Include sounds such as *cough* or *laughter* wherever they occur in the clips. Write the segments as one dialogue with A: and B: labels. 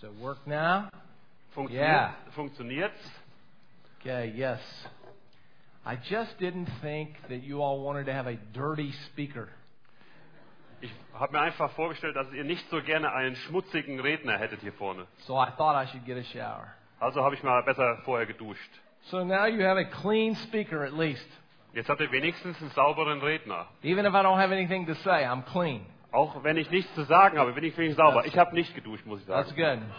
A: Does it work now?
B: Funktioniert?
A: Ja.
B: Funktioniert's?
A: Okay, yes. I just didn't think that you all wanted to have a dirty speaker.
B: Ich habe mir einfach vorgestellt, dass ihr nicht so gerne einen schmutzigen Redner hättet hier vorne.
A: So I thought I should get a shower.
B: Also habe ich mal besser vorher geduscht.
A: So now you have a clean speaker at least.
B: Jetzt habt ihr wenigstens einen sauberen Redner.
A: Even if I don't have anything to say, I'm clean.
B: Auch wenn ich nichts zu sagen habe, bin ich wenigstens sauber. Ich habe nicht geduscht, muss ich
A: That's
B: sagen.
A: good.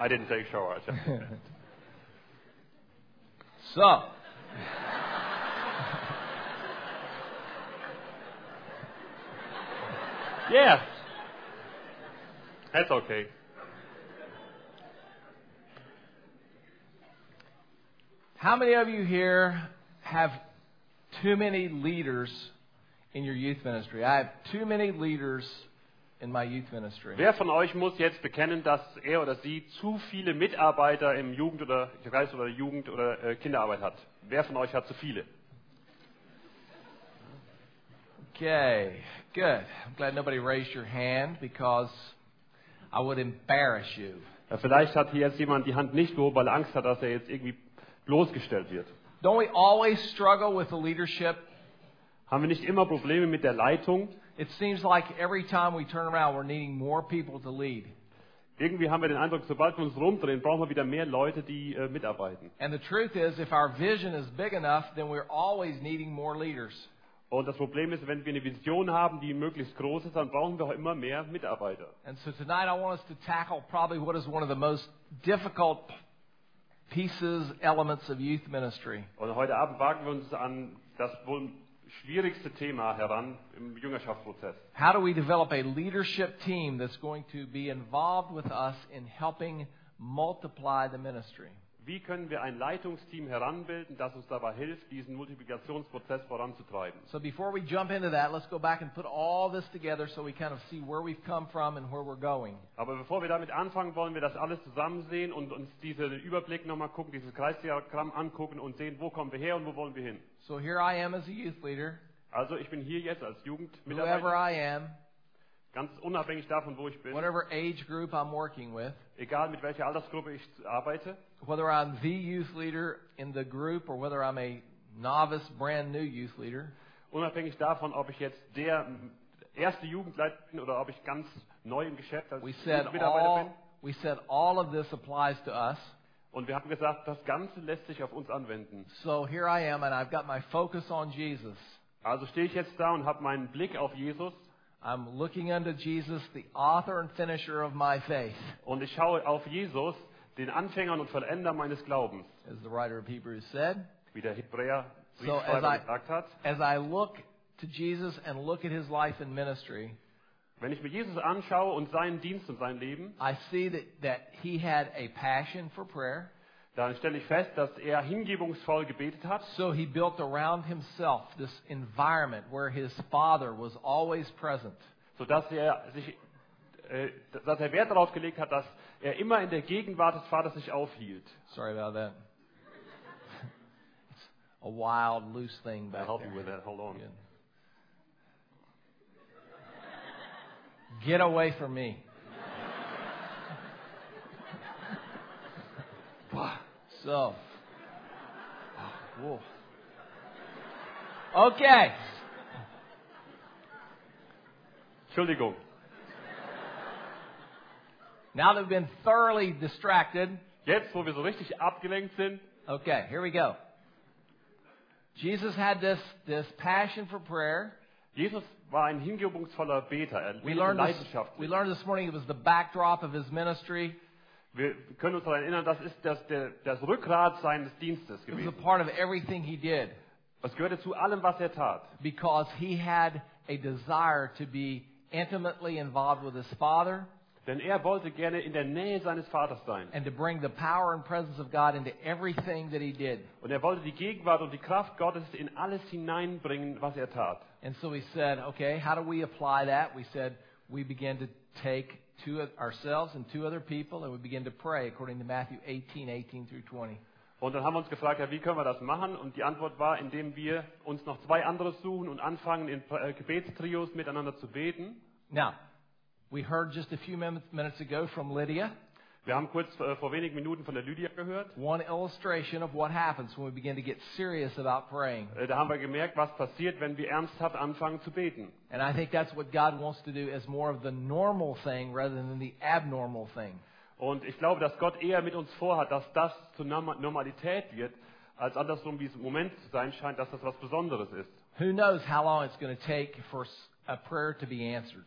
B: I didn't take a shower. also. Ich hab-
A: So,
B: Yeah. That's okay.
A: how many of you here have too many leaders in your youth ministry? I have too many leaders in my youth ministry.
B: Wer von euch muss jetzt bekennen, dass er oder sie zu viele Mitarbeiter im Jugend- oder Kreis- oder Jugend- oder äh, Kinderarbeit hat? Wer von euch hat zu viele?
A: Okay, good. I'm glad nobody raised your hand because I would embarrass you.
B: Ja, Äh, Vielleicht hat hier jetzt jemand die Hand nicht gehoben, weil er Angst hat, dass er jetzt irgendwie bloßgestellt wird.
A: Don't we always struggle with the leadership?
B: Haben wir nicht immer Probleme mit der Leitung?
A: It seems like every time we turn around, we're needing more people to lead.
B: Irgendwie haben wir den Eindruck, sobald wir uns rumdrehen, brauchen wir wieder mehr Leute, die äh, mitarbeiten.
A: And the truth is, if our vision is big enough, then we're always needing more leaders.
B: Und das Problem ist, wenn wir eine Vision haben, die möglichst groß ist, dann brauchen wir auch immer mehr Mitarbeiter.
A: And so tonight, I want us to tackle probably what is one of the most difficult pieces, elements of youth ministry.
B: Und heute Abend wagen wir uns an das wohl schwierigste Thema heran im Jüngerschaftsprozess.
A: How do we develop a leadership team that's going to be involved with us in helping multiply the ministry?
B: Wie können wir ein Leitungsteam heranbilden, das uns dabei hilft, diesen Multiplikationsprozess voranzutreiben?
A: So before we jump into that, let's go back and put all this together so we kind of see where we've come from and where we're going.
B: Aber bevor wir damit anfangen, wollen wir das alles zusammen sehen und uns diesen Überblick nochmal gucken, dieses Kreisdiagramm angucken und sehen, wo kommen wir her und wo wollen wir hin.
A: So here I am as a youth leader,
B: Also ich bin hier jetzt als
A: whoever
B: Jugendmitarbeiter,
A: I am,
B: ganz unabhängig davon, wo ich bin,
A: whatever age group I'm working with,
B: egal mit welcher Altersgruppe ich arbeite,
A: whether I'm the youth leader in the group or whether I'm a novice, brand new youth leader,
B: unabhängig davon, ob ich jetzt der erste Jugendleiter bin oder ob ich ganz neu im Geschäft als
A: we said
B: Mitarbeiter
A: all,
B: bin.
A: we said all of this applies to us.
B: Und wir haben gesagt, das Ganze lässt sich auf uns anwenden.
A: So here I am, and I've got my focus on Jesus.
B: Also stehe ich jetzt da und habe meinen Blick auf Jesus
A: I'm looking unto Jesus, the author and finisher of my faith,
B: und ich schaue auf Jesus, den Anfänger und Vollender meines Glaubens.
A: as the writer of Hebrews said.
B: wie der Hebräer
A: So, as I-
B: Briefschreiber gesagt hat,
A: As I look to Jesus and look at his life and ministry,
B: wenn ich mir Jesus anschaue und seinen Dienst und sein Leben,
A: I see that, that he had a passion for prayer,
B: dann stelle ich fest, dass er hingebungsvoll gebetet hat.
A: so he built around himself this environment where his Father was always present.
B: sodass er sich, äh, dass er Wert darauf gelegt hat, dass er immer in der Gegenwart des Vaters sich aufhielt.
A: Sorry about that. *laughs* It's a wild, loose thing
B: I'll
A: back
B: help you
A: there.
B: with that. Hold on.
A: Good. Get away from me. so. Whoa. Okay.
B: Entschuldigung.
A: Now that we've been thoroughly distracted,
B: Jetzt, wo wir so richtig abgelenkt sind,
A: okay, here we go. Jesus had this, this passion for prayer.
B: Jesus war ein hingebungsvoller Beter. Er
A: We
B: lebte
A: learned, this,
B: Leidenschaft.
A: we learned this morning it was the backdrop of his ministry.
B: Wir können uns daran erinnern, das ist das, der, das Rückgrat seines Dienstes
A: It was
B: gewesen.
A: a part of everything he did
B: Das gehörte zu allem, was er tat.
A: because he had a desire to be intimately involved with his Father
B: Denn er wollte gerne in der Nähe seines Vaters sein.
A: and to bring the power and presence of God into everything that he did.
B: Und er wollte die Gegenwart und die Kraft Gottes in alles hineinbringen, was er tat.
A: And so we said, okay, how do we apply that? We said we begin to take two of ourselves and two other people and we begin to pray according to Matthew 18, 18 through 20.
B: Und dann haben wir uns gefragt, ja, wie können wir das machen? Und die Antwort war, indem wir uns noch zwei andere suchen und anfangen, in äh, Gebetstrios miteinander zu beten.
A: Now, We heard just a few min- minutes ago from Lydia
B: Wir haben kurz äh, vor wenigen Minuten von der Lydia gehört.
A: one illustration of what happens when we begin to get serious about praying.
B: Äh, Da haben wir gemerkt, was passiert, wenn wir ernsthaft anfangen zu beten.
A: And I think that's what God wants to do as more of the normal thing rather than the abnormal thing.
B: Und ich glaube, dass Gott eher mit uns vorhat, dass das zur Norm- Normalität wird, als andersrum, wie es im Moment zu sein scheint, dass das was Besonderes ist.
A: Who knows how long it's going to take for s- a prayer to be answered?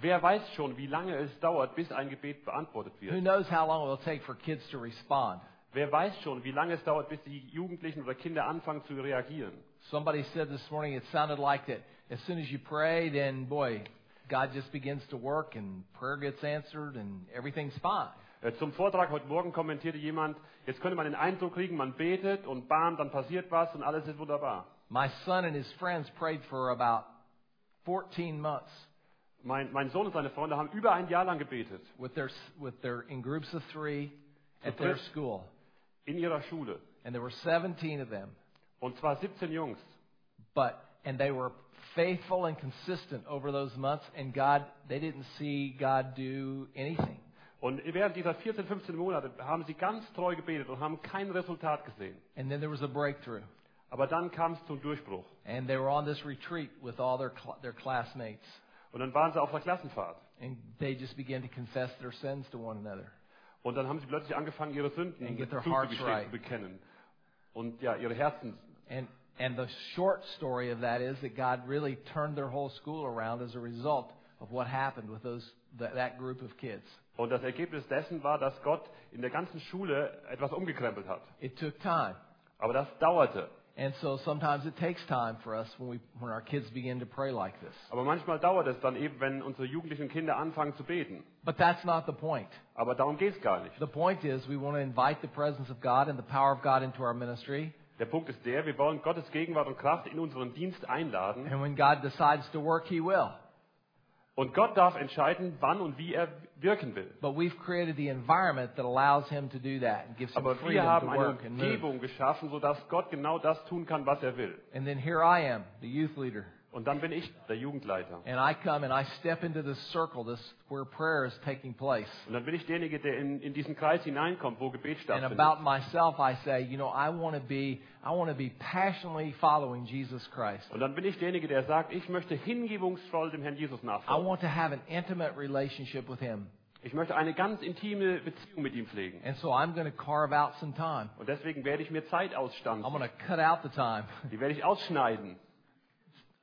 B: Wer weiß schon, wie lange es dauert, bis ein Gebet beantwortet
A: Who
B: wird?
A: knows how long it'll take for kids to respond?
B: Wer weiß schon, wie lange es dauert, bis die Jugendlichen oder Kinder anfangen zu reagieren?
A: Somebody said this morning it sounded like that as soon as you pray, then boy, God just begins to work and prayer gets answered and everything's fine.
B: Äh, Zum Vortrag heute Morgen kommentierte jemand, jetzt könnte man den Eindruck kriegen, man betet und bam, dann passiert was und alles ist wunderbar.
A: My son and his friends prayed for about 14 months
B: Mein, mein Sohn und seine Freunde haben über ein Jahr lang gebetet
A: with their, with their, in groups of three at
B: So
A: their
B: first-
A: school.
B: in ihrer Schule.
A: And there were 17 of them.
B: Und zwar 17 Jungs.
A: But, and they were faithful and consistent over those months and God, they didn't see God do anything.
B: Und während dieser 14, 15 Monate haben sie ganz treu gebetet und haben kein Resultat gesehen.
A: And then there was a breakthrough.
B: Aber dann kam es zum Durchbruch.
A: And they were on this retreat with all their, cl- their classmates.
B: Und dann waren sie auf einer Klassenfahrt.
A: And they just began to confess their sins to one another.
B: Und dann haben sie plötzlich angefangen, ihre Sünden
A: And
B: zu
A: get their hearts
B: zuzugestehen,
A: right.
B: zu bekennen. Und ja, ihre Herzen.
A: And, and the short story of that is that God really turned their whole school around as a result of what happened with those, that, that group of kids.
B: Und das Ergebnis dessen war, dass Gott in der ganzen Schule etwas umgekrempelt hat.
A: It took time.
B: Aber das dauerte.
A: And so sometimes it takes time for us when, we, when our kids begin to pray like this.
B: Aber manchmal dauert es dann eben, wenn unsere jugendlichen Kinder anfangen zu beten.
A: But that's not the point.
B: Aber darum geht's gar nicht.
A: The point is we want to invite the presence of God and the power of God into our ministry.
B: Der Punkt ist der, wir wollen Gottes Gegenwart und Kraft in unseren Dienst einladen.
A: And when God decides to work, He will.
B: Und Gott darf entscheiden, wann und wie er wirken will.
A: But we've created the environment that allows Him to do that and gives Him
B: Aber wir
A: freedom to
B: haben eine
A: work and move.
B: Umgebung geschaffen, sodass Gott genau das tun kann, was er will.
A: And then here I am, the youth leader.
B: Und dann bin ich der Jugendleiter.
A: And I come and I step into this circle this, where prayer is taking place.
B: Und dann bin ich derjenige, der in, in diesen Kreis hineinkommt, wo Gebet
A: And
B: stattfindet.
A: about myself, I say, you know, I want to be, I want to be passionately following Jesus Christ.
B: Und dann bin ich derjenige, der sagt, ich möchte hingebungsvoll dem Herrn Jesus
A: I
B: nachfolgen.
A: want to have an intimate relationship with Him.
B: Ich möchte eine ganz intime Beziehung mit ihm pflegen.
A: And so I'm going to carve out some time.
B: Und deswegen werde ich mir Zeit
A: I'm
B: ausstanzen.
A: going to cut out the time, *laughs*
B: Die werde ich ausschneiden.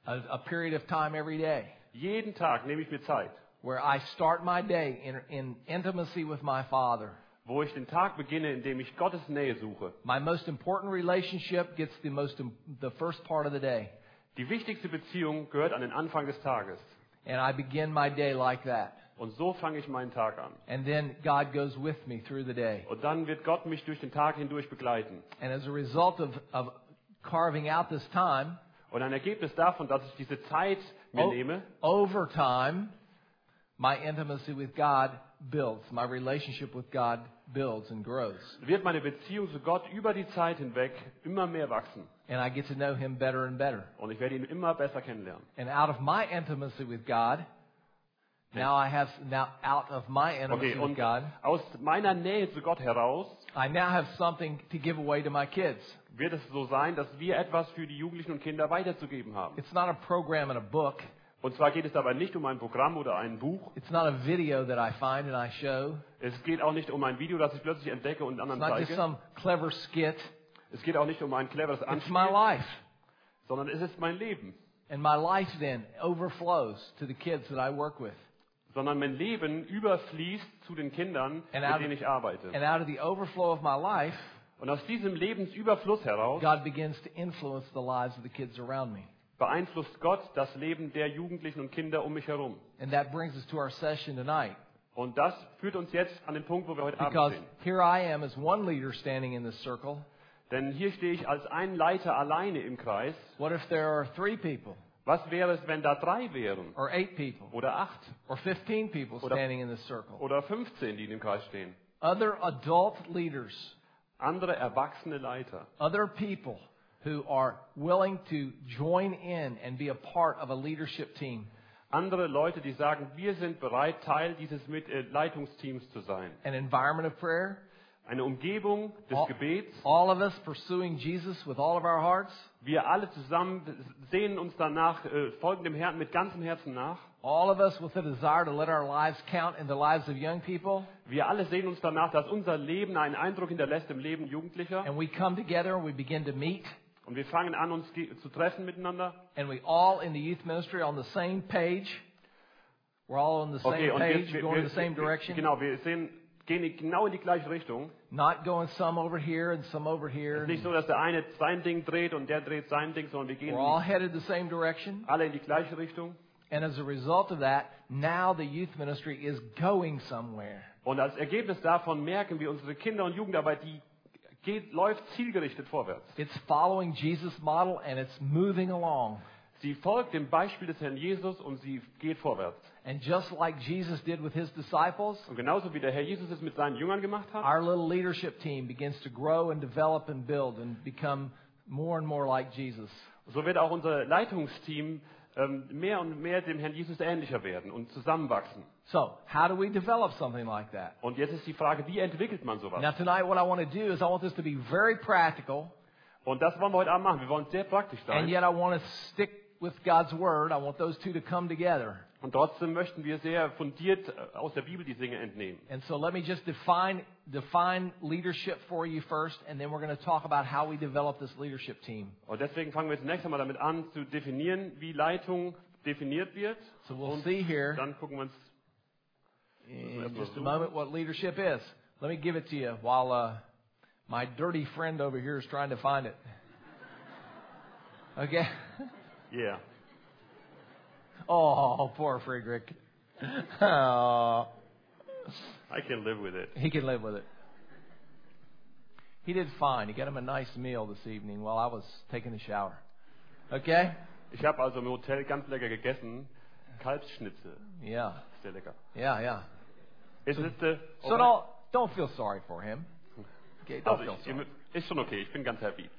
A: a, a period of time every day
B: Jeden Tag nehme ich mir Zeit,
A: where I start my day in, in intimacy with my Father.
B: wo ich den Tag beginne, indem ich Gottes Nähe suche.
A: My most important relationship gets the most, im- the first part of the day.
B: Die wichtigste Beziehung gehört an den Anfang des Tages.
A: And I begin my day like that.
B: Und so fange ich meinen Tag an.
A: And then God goes with me through the day.
B: Und dann wird Gott mich durch den Tag hindurch begleiten.
A: And as a result of, of carving out this time,
B: Und ein Ergebnis davon, dass ich diese Zeit mir
A: o-
B: nehme,
A: over time, my intimacy with God builds. My relationship with God builds and grows.
B: wird meine Beziehung zu Gott über die Zeit hinweg immer mehr wachsen.
A: And I get to know Him better and better.
B: Und ich werde ihn immer besser kennenlernen.
A: And out of my intimacy with God, now I have, now out of my intimacy
B: Okay,
A: with
B: und
A: God,
B: aus meiner Nähe zu Gott heraus
A: I now have something to give away to my kids.
B: wird es so sein, dass wir etwas für die Jugendlichen und Kinder weiterzugeben haben.
A: It's not a program in a book.
B: Und zwar geht es dabei nicht um ein Programm oder ein Buch.
A: It's not a video that I find and I show.
B: Es geht auch nicht um ein Video, das ich plötzlich entdecke und
A: It's
B: anderen
A: not just
B: zeige.
A: some clever skit.
B: Es geht auch nicht um ein cleveres
A: It's my
B: Anspiel,
A: life.
B: sondern es ist mein Leben.
A: And my life then overflows to the kids that I work with.
B: Sondern mein Leben überfließt zu den Kindern,
A: And
B: mit
A: out-
B: denen ich arbeite.
A: And out of the overflow of my life,
B: Und aus diesem Lebensüberfluss heraus
A: God begins to influence the lives of the kids around me.
B: beeinflusst Gott das Leben der Jugendlichen und Kinder um mich herum.
A: And that brings us to our session tonight.
B: Und das führt uns jetzt an den Punkt, wo wir heute Abend
A: Because
B: sind.
A: here I am as one leader standing in this circle.
B: Denn hier stehe ich als ein Leiter alleine im Kreis.
A: What if there are three people,
B: Was wäre es, wenn da drei wären?
A: or eight people,
B: Oder acht?
A: or 15 people
B: Oder-
A: standing in this circle?
B: Oder 15, die in dem Kreis stehen?
A: Other adult leaders,
B: Andere erwachsene Leiter.
A: other people who are willing to join in and be a part of a leadership team.
B: Andere Leute, die sagen, wir sind bereit, Teil dieses Mit äh, Leitungsteams zu sein.
A: an environment of prayer,
B: Eine Umgebung des
A: all,
B: Gebets.
A: all of us pursuing Jesus with all of our hearts,
B: Wir alle zusammen sehnen uns danach, äh, folgen dem Herrn mit ganzem Herzen nach.
A: all of us with a desire to let our lives count in the lives of young people,
B: Wir alle sehnen uns danach, dass unser Leben einen Eindruck hinterlässt im Leben Jugendlicher.
A: and we come together and we begin to meet,
B: Und wir fangen an, uns ge- zu treffen miteinander.
A: and we all in the youth ministry on the same page. We're all on the same
B: und
A: page, going in the same direction,
B: genau, wir sehen, gehen in- genau in die gleiche Richtung.
A: not going some over here and some over
B: Es
A: here.
B: ist nicht so, dass der eine sein Ding dreht und der dreht sein Ding, sondern wir gehen
A: We're all headed the same direction.
B: alle in die gleiche Richtung.
A: And as a result of that, now the youth ministry is going somewhere.
B: Und als Ergebnis davon merken wir, unsere Kinder- und Jugendarbeit, die geht, läuft zielgerichtet vorwärts.
A: It's following Jesus' model and it's moving along.
B: Sie folgt dem Beispiel des Herrn Jesus und sie geht vorwärts.
A: And just like Jesus did with his disciples,
B: Und genauso wie der Herr Jesus es mit seinen Jüngern gemacht hat,
A: our little leadership team begins to grow and develop and build and become more and more like Jesus.
B: so wird auch unser Leitungsteam ähm, mehr und mehr dem Herrn Jesus ähnlicher werden und zusammenwachsen.
A: So, how do we develop something like that?
B: Und jetzt ist die Frage, wie entwickelt man sowas?
A: Now, tonight, what I want to do is I want this to be very practical,
B: Und das wollen wir heute Abend machen. Wir wollen sehr praktisch
A: and
B: sein.
A: yet I want to stick with God's Word. I want those two to come together.
B: Und trotzdem möchten wir sehr fundiert äh, aus der Bibel die Dinge entnehmen.
A: And so let me just define define leadership for you first, and then we're going to talk about how we develop this leadership team.
B: Und deswegen fangen wir zunächst einmal damit an, zu definieren, wie Leitung definiert wird.
A: So we'll
B: Und
A: see here
B: dann gucken wir uns
A: in just a moment what leadership is. Let me give it to you while uh, my dirty friend over here is trying to find it. Okay. *laughs*
B: Yeah.
A: Oh, poor Friedrich. Oh,
B: I can live with it.
A: he can live with it. He did fine. He got him a nice meal this evening while I was taking a shower. Okay.
B: Ich habe also im Hotel ganz lecker gegessen. Kalbsschnitzel.
A: Yeah.
B: Sehr lecker.
A: Yeah. Yeah.
B: Es ist, äh,
A: So don't don't feel sorry for him. Okay, don't
B: also
A: feel
B: ich, ihr
A: sorry.
B: mü- ist schon okay, ich bin ganz happy.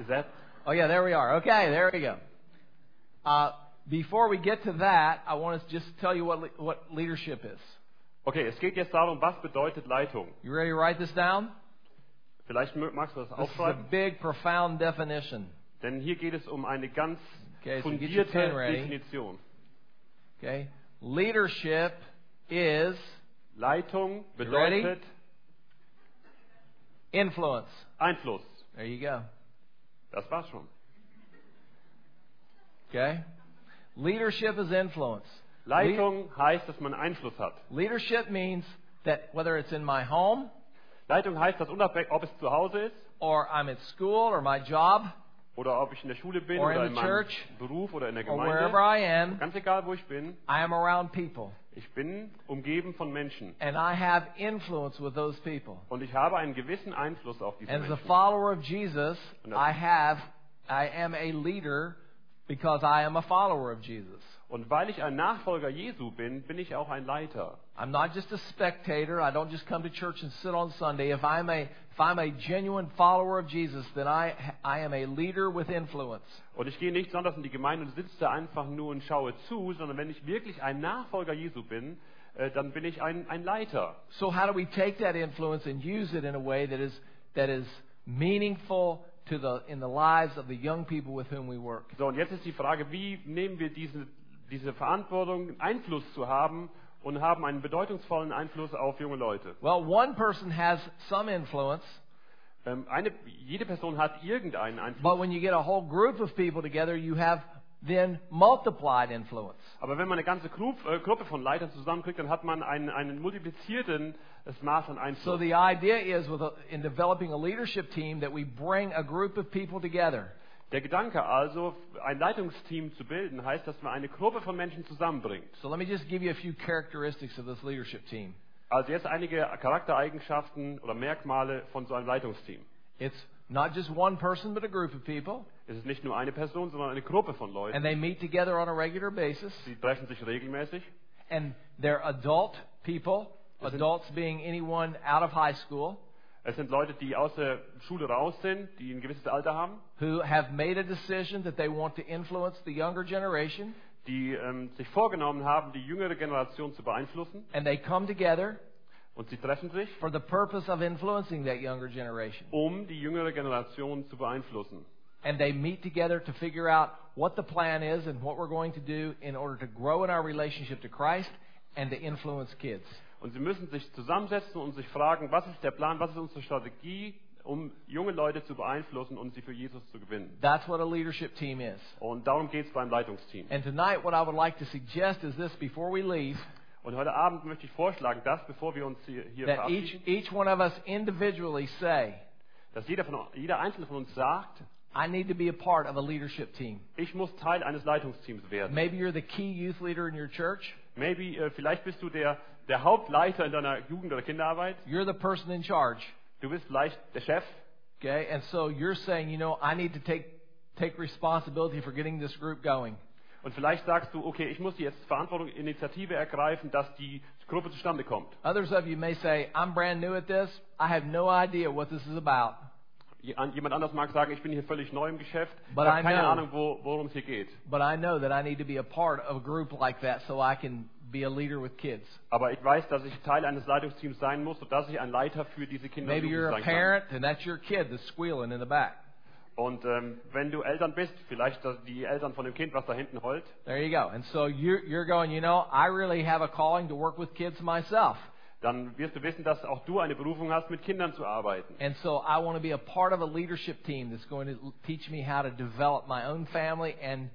B: Is that?
A: Oh yeah, there we are. Okay, there we go. Uh, before we get to that, I want to just tell you what le- what leadership is.
B: Okay, es geht jetzt darum, was bedeutet Leitung.
A: You ready to write this down?
B: Vielleicht mö- magst du das
A: This is a
B: aufschreiben,
A: big, profound definition.
B: denn hier geht es um eine ganz
A: Okay, so get your
B: fundierte
A: pen ready.
B: Definition.
A: Okay, leadership is
B: Leitung
A: ready?
B: bedeutet
A: influence.
B: Einfluss.
A: There you go.
B: Das war's schon.
A: Okay, leadership is influence.
B: Leitung heißt, dass man Einfluss hat.
A: Leadership means that whether it's in my home
B: Leitung heißt, dass unabhängig, ob es zu Hause ist
A: or I'm at school or my job
B: oder ob ich in der Schule bin
A: Or
B: oder
A: in
B: in
A: the
B: meinem
A: church.
B: Beruf oder in der
A: or
B: Gemeinde.
A: wherever I am,
B: Ganz egal, wo ich bin,
A: I am around people
B: ich bin umgeben von Menschen.
A: and I have influence with those people.
B: Und ich habe einen gewissen Einfluss auf diese
A: And as a
B: Menschen.
A: follower of Jesus,
B: Und das-
A: I have I am a leader because I am a follower of Jesus.
B: Und weil ich ein Nachfolger Jesu bin, bin ich auch ein Leiter.
A: I'm not just a spectator. I don't just come to church and sit on Sunday. If I'm a if I'm a genuine follower of Jesus, then I I am a leader with influence.
B: Und ich gehe nicht sonders in die Gemeinde und sitze da einfach nur und schaue zu, sondern wenn ich wirklich ein Nachfolger Jesu bin, äh, dann bin ich ein, ein Leiter.
A: So how do we take that influence and use it in a way that is that is meaningful to the in the lives of the young people with whom we work?
B: So, und jetzt ist die Frage, wie nehmen wir diese, diese Verantwortung, Einfluss zu haben und haben einen bedeutungsvollen Einfluss auf junge Leute?
A: Well, one person has some influence,
B: Ähm, eine, jede Person hat irgendeinen Einfluss.
A: but when you get a whole group of people together, you have then multiplied influence.
B: Aber wenn man eine ganze Gru äh, Gruppe von Leitern zusammenkriegt, dann hat man einen, einen multiplizierten äh, Maß an
A: So
B: Einfluss.
A: the idea is, with a, in developing a leadership team, that we bring a group of people together.
B: Der Gedanke also, ein Leitungsteam zu bilden, heißt, dass man eine Gruppe von Menschen zusammenbringt.
A: So let me just give you a few characteristics of this leadership team.
B: Also jetzt einige Charaktereigenschaften oder Merkmale von so einem Leitungsteam.
A: It's not just one person, but a group of people,
B: Es ist nicht nur eine Person, sondern eine Gruppe von Leuten.
A: and they meet together on a regular basis.
B: Sie treffen sich regelmäßig.
A: And they're adult people,
B: Isn't-
A: adults being anyone out of high school,
B: Es sind Leute, die aus der Schule raus sind, die ein gewisses Alter haben,
A: who have made a decision that they want to influence the younger generation.
B: die ähm, sich vorgenommen haben, die jüngere Generation zu beeinflussen.
A: And they come together
B: Und sie treffen sich,
A: for the purpose of influencing that younger generation.
B: um die jüngere Generation zu beeinflussen.
A: And they meet together to figure out what the plan is and what we're going to do in order to grow in our relationship to Christ and to influence kids.
B: Und sie müssen sich zusammensetzen und sich fragen, was ist der Plan, was ist unsere Strategie, um junge Leute zu beeinflussen und sie für Jesus zu gewinnen.
A: That's what a leadership team is.
B: Und darum geht es beim Leitungsteam.
A: And tonight, what I would like to suggest is this before we leave
B: Und heute Abend möchte ich vorschlagen, dass, bevor wir uns hier, hier
A: that each,
B: verabschieden,
A: each one of us individually say,
B: dass jeder, von, jeder Einzelne von uns sagt,
A: I need to be a part of a leadership team.
B: ich muss Teil eines Leitungsteams werden.
A: Maybe you're the key youth leader in your church.
B: Maybe, äh, vielleicht bist du der, der Hauptleiter in deiner Jugend- oder Kinderarbeit.
A: You're the person in charge.
B: Du bist vielleicht der Chef.
A: Okay? And so you're saying, you know, I need to take, take responsibility for getting this group going.
B: Und vielleicht sagst du, okay, ich muss jetzt Verantwortung, Initiative ergreifen, dass die Gruppe zustande kommt.
A: Others of you may say, I'm brand new at this. I have no idea what this is about.
B: Je- an- Jemand anders mag sagen, ich bin hier völlig neu im Geschäft. Ich
A: But I
B: habe keine
A: know.
B: Ahnung, wo, worum es hier geht.
A: But I know that I need to be a part of a group like that so I can be a leader with kids.
B: Aber ich weiß, dass ich Teil eines Leitungsteams sein muss, sodass ich ein Leiter für diese Kinder und
A: Maybe you're
B: Jugendlichen
A: a
B: sein kann.
A: parent and that's your kid that's squealing in the back.
B: Und ähm, wenn du Eltern bist, vielleicht das- die Eltern von dem Kind, was da hinten heult,
A: There you go. And so you're, you're going, you know, I really have a calling to work with kids myself.
B: dann wirst du wissen, dass auch du eine Berufung hast, mit Kindern zu arbeiten.
A: And so I want to be a part of a leadership team that's going to l- teach me how to develop my own family and,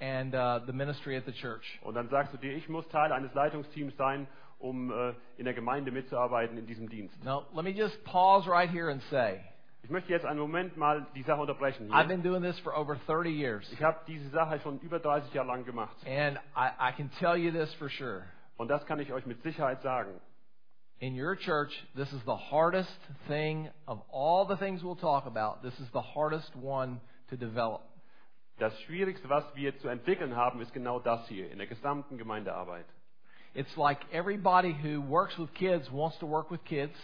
A: and uh, the ministry at the church.
B: Und dann sagst du dir, ich muss Teil eines Leitungsteams sein, um äh, in der Gemeinde mitzuarbeiten in diesem Dienst.
A: Now, let me just pause right here and say,
B: Ich möchte jetzt einen Moment mal die Sache unterbrechen.
A: I've
B: Hier.
A: been doing this for over 30 years.
B: Ich habe diese Sache schon über 30 Jahre lang gemacht.
A: And I, I can tell you this for sure.
B: Und das kann ich euch mit Sicherheit sagen.
A: In your church, this is the hardest thing of all the things we'll talk about. This is the hardest one to develop.
B: Das Schwierigste, was wir zu entwickeln haben, ist genau das hier in der gesamten Gemeindearbeit.
A: It's like everybody who works with kids wants to work with kids,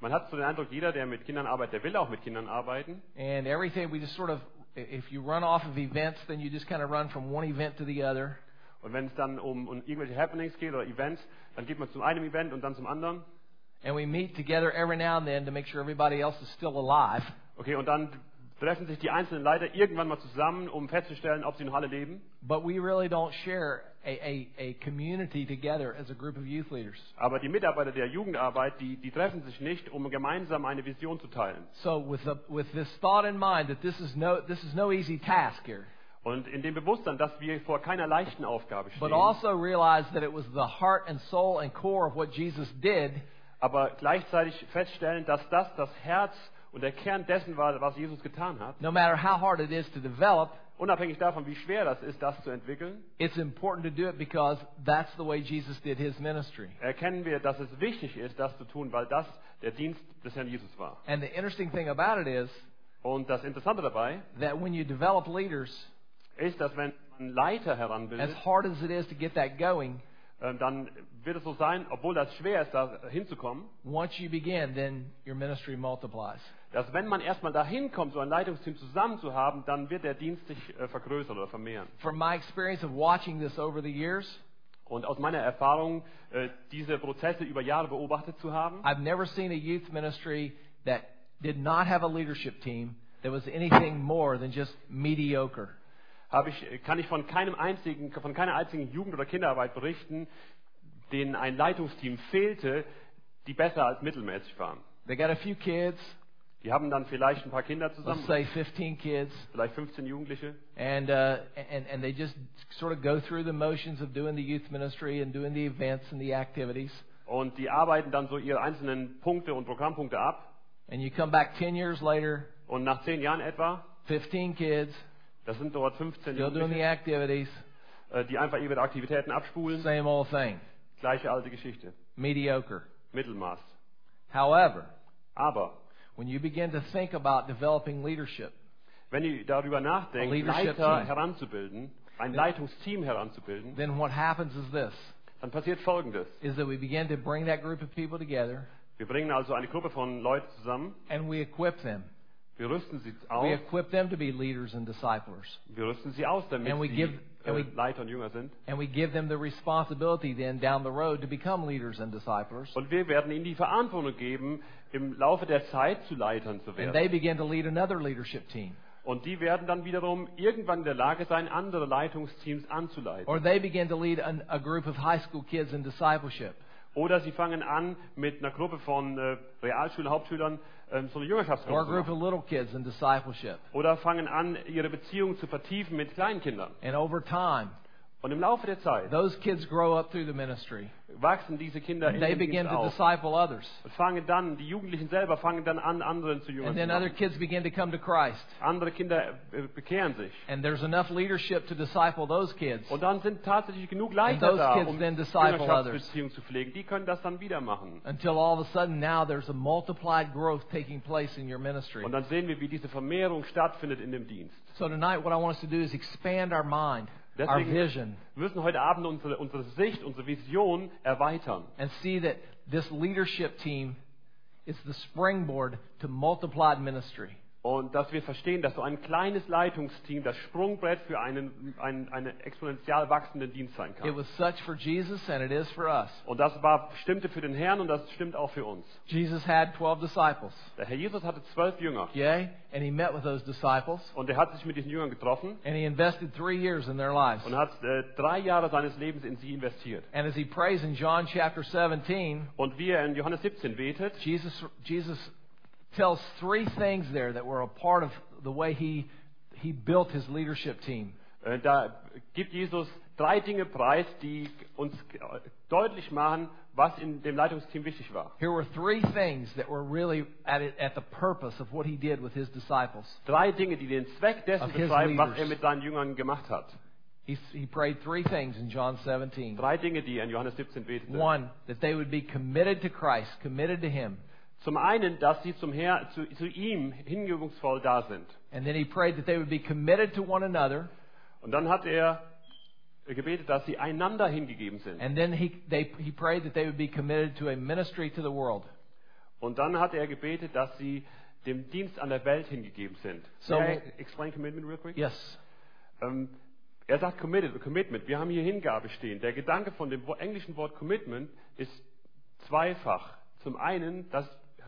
B: Man hat so den Eindruck, jeder, der mit Kindern arbeitet, der will auch mit Kindern arbeiten.
A: and everything we just sort of, if you run off of events, then you just kind of run from one event to the other.
B: Und wenn es dann um, um irgendwelche Happenings geht oder Events, dann geht man zum einem Event und dann zum anderen.
A: And we meet together every now and then to make sure everybody else is still alive.
B: Okay, und dann treffen sich die einzelnen Leiter irgendwann mal zusammen, um festzustellen, ob sie noch alle leben.
A: But we really don't share a, a, a community together as a group of youth leaders.
B: Aber die Mitarbeiter der Jugendarbeit, die, die treffen sich nicht, um gemeinsam eine Vision zu teilen.
A: So with the, with this thought in mind that this is no this is no easy task here,
B: Und in dem Bewusstsein, dass wir vor keiner leichten Aufgabe
A: but
B: stehen,
A: also realize that it was the heart and soul and core of what Jesus did,
B: aber gleichzeitig feststellen, dass das das Herz und der Kern dessen war, was Jesus getan hat.
A: no matter how hard it is to develop,
B: Unabhängig davon, wie schwer das ist, das zu entwickeln,
A: it's important to do it because that's the way Jesus did his ministry.
B: erkennen wir, dass es wichtig ist, das zu tun, weil das der Dienst des Herrn Jesus war.
A: And the interesting thing about it is
B: Und das Interessante dabei
A: that when you develop leaders,
B: ist, dass wenn man Leiter
A: as
B: heranbildet,
A: hard as it is to get that going,
B: ähm, dann wird es so sein, obwohl das schwer ist, da hinzukommen,
A: once you begin, then your ministry multiplies.
B: dass wenn man erstmal dahin kommt, so ein Leitungsteam zusammen zu haben, dann wird der Dienst sich äh, vergrößern oder vermehren.
A: From my experience of watching this over the years,
B: Und aus meiner Erfahrung, äh, diese Prozesse über Jahre beobachtet zu haben,
A: I've never seen a youth ministry that did not have a leadership team that was anything more than just mediocre.
B: habe ich, kann ich von, keinem einzigen, von keiner einzigen Jugend- oder Kinderarbeit berichten, denen ein Leitungsteam fehlte, die besser als mittelmäßig waren.
A: They got a few kids,
B: Die haben dann vielleicht ein paar Kinder zusammen,
A: let's say 15 kids,
B: vielleicht 15 Jugendliche,
A: and, uh, and, and they just sort of go through the motions of doing the youth ministry and doing the events and the activities.
B: und die arbeiten dann so ihre einzelnen Punkte und Programmpunkte ab.
A: And you come back 10 years later,
B: Und nach zehn Jahren etwa,
A: 15 kids,
B: das sind dort 15
A: still doing the
B: Jugendliche,
A: activities,
B: äh, die einfach ihre Aktivitäten abspulen.
A: same old thing,
B: Gleiche alte Geschichte,
A: mediocre.
B: Mittelmaß.
A: However,
B: Aber
A: when you begin to think about developing leadership,
B: wenn ihr darüber nachdenkt,
A: A leadership
B: Leiter
A: team.
B: heranzubilden, ein Leitungsteam heranzubilden,
A: then what happens is this.
B: dann passiert Folgendes.
A: is that we begin to bring that group of people together
B: Wir bringen also eine Gruppe von Leuten zusammen,
A: and we equip them.
B: wir rüsten sie
A: We
B: aus,
A: equip them to be leaders and disciplers.
B: wir rüsten sie aus, damit
A: And we give
B: sie äh,
A: And we-
B: Leiter und Jünger sind.
A: And we give them the responsibility then down the road to become leaders and disciples.
B: Und wir werden ihnen die Verantwortung geben, im Laufe der Zeit zu Leitern zu
A: And
B: werden.
A: they begin to lead another leadership team.
B: Und die werden dann wiederum irgendwann in der Lage sein, andere Leitungsteams anzuleiten.
A: Or they begin to lead an, a group of high school kids in discipleship.
B: Oder sie fangen an, mit einer Gruppe von äh, Realschüler, Hauptschülern ähm,
A: Or
B: so eine
A: a
B: Jüngerschaftsgruppe zu
A: group
B: machen.
A: of little kids in discipleship.
B: Oder fangen an, ihre Beziehung zu vertiefen mit Kleinkindern.
A: And over time,
B: Und im Laufe der Zeit
A: those kids grow up through the ministry.
B: wachsen diese Kinder in
A: And they
B: den
A: begin
B: Dienst
A: to
B: auf.
A: disciple others.
B: Und fangen dann, die Jugendlichen selber fangen dann an, anderen zu Jüngern
A: And
B: zu
A: then other
B: machen.
A: kids begin to come to Christ.
B: Andere Kinder äh, bekehren sich.
A: And there's enough leadership to disciple those kids.
B: Und dann sind tatsächlich genug
A: And
B: Leiter
A: those
B: da,
A: kids
B: um
A: then disciple
B: Jüngerschaftsbeziehungen zu pflegen. Die können das dann wieder machen.
A: Until all of a sudden now there's a multiplied growth taking place in your ministry.
B: Und dann sehen wir, wie diese Vermehrung stattfindet in dem Dienst.
A: So tonight what I want us to do is expand our mind, our
B: Deswegen-
A: vision,
B: Wir müssen heute Abend unsere, unsere Sicht, unsere Vision erweitern.
A: and see that this leadership team is the springboard to multiplied ministry.
B: Und dass wir verstehen, dass so ein kleines Leitungsteam das Sprungbrett für einen, einen, einen exponentiell wachsenden Dienst sein
A: It
B: kann.
A: was such for Jesus and it is for us.
B: Und das war, stimmte für den Herrn und das stimmt auch für uns.
A: Jesus had 12 disciples,
B: Der Herr Jesus hatte zwölf Jünger
A: yay, and he met with those disciples
B: und er hat sich mit diesen Jüngern getroffen
A: and he invested 3 years in their lives.
B: und hat äh, drei Jahre seines Lebens in sie investiert.
A: And as he prays in John chapter 17,
B: Und wie er in Johannes 17 betet,
A: Jesus, Jesus tells three things there that were a part of the way he, he built his leadership team.
B: äh, da gibt Jesus drei Dinge preis, die uns äh, deutlich machen, was in dem Leitungsteam wichtig war.
A: Here were three things that were really at, it, at the purpose of what he did with his disciples.
B: Drei Dinge, die den Zweck dessen
A: Of his
B: beschreiben, was
A: leaders.
B: er mit seinen Jüngern gemacht hat.
A: He, he prayed three things in John 17.
B: Drei Dinge, die er in Johannes 17 betete.
A: One, that they would be committed to Christ, committed to him.
B: Zum einen, dass sie zum Herr, zu, zu ihm hingebungsvoll da sind.
A: And then he prayed that they would be committed to one another.
B: Und dann hat er gebetet, dass sie einander hingegeben sind.
A: And then he, they, he prayed that they would be committed to a ministry to the world.
B: Und dann hat er gebetet, dass sie dem Dienst an der Welt hingegeben sind.
A: So-
B: May I explain commitment real quick?
A: Yes.
B: Ähm, er sagt committed, commitment. Wir haben hier Hingabe stehen. Der Gedanke von dem wo- englischen Wort commitment ist zweifach. Zum einen, das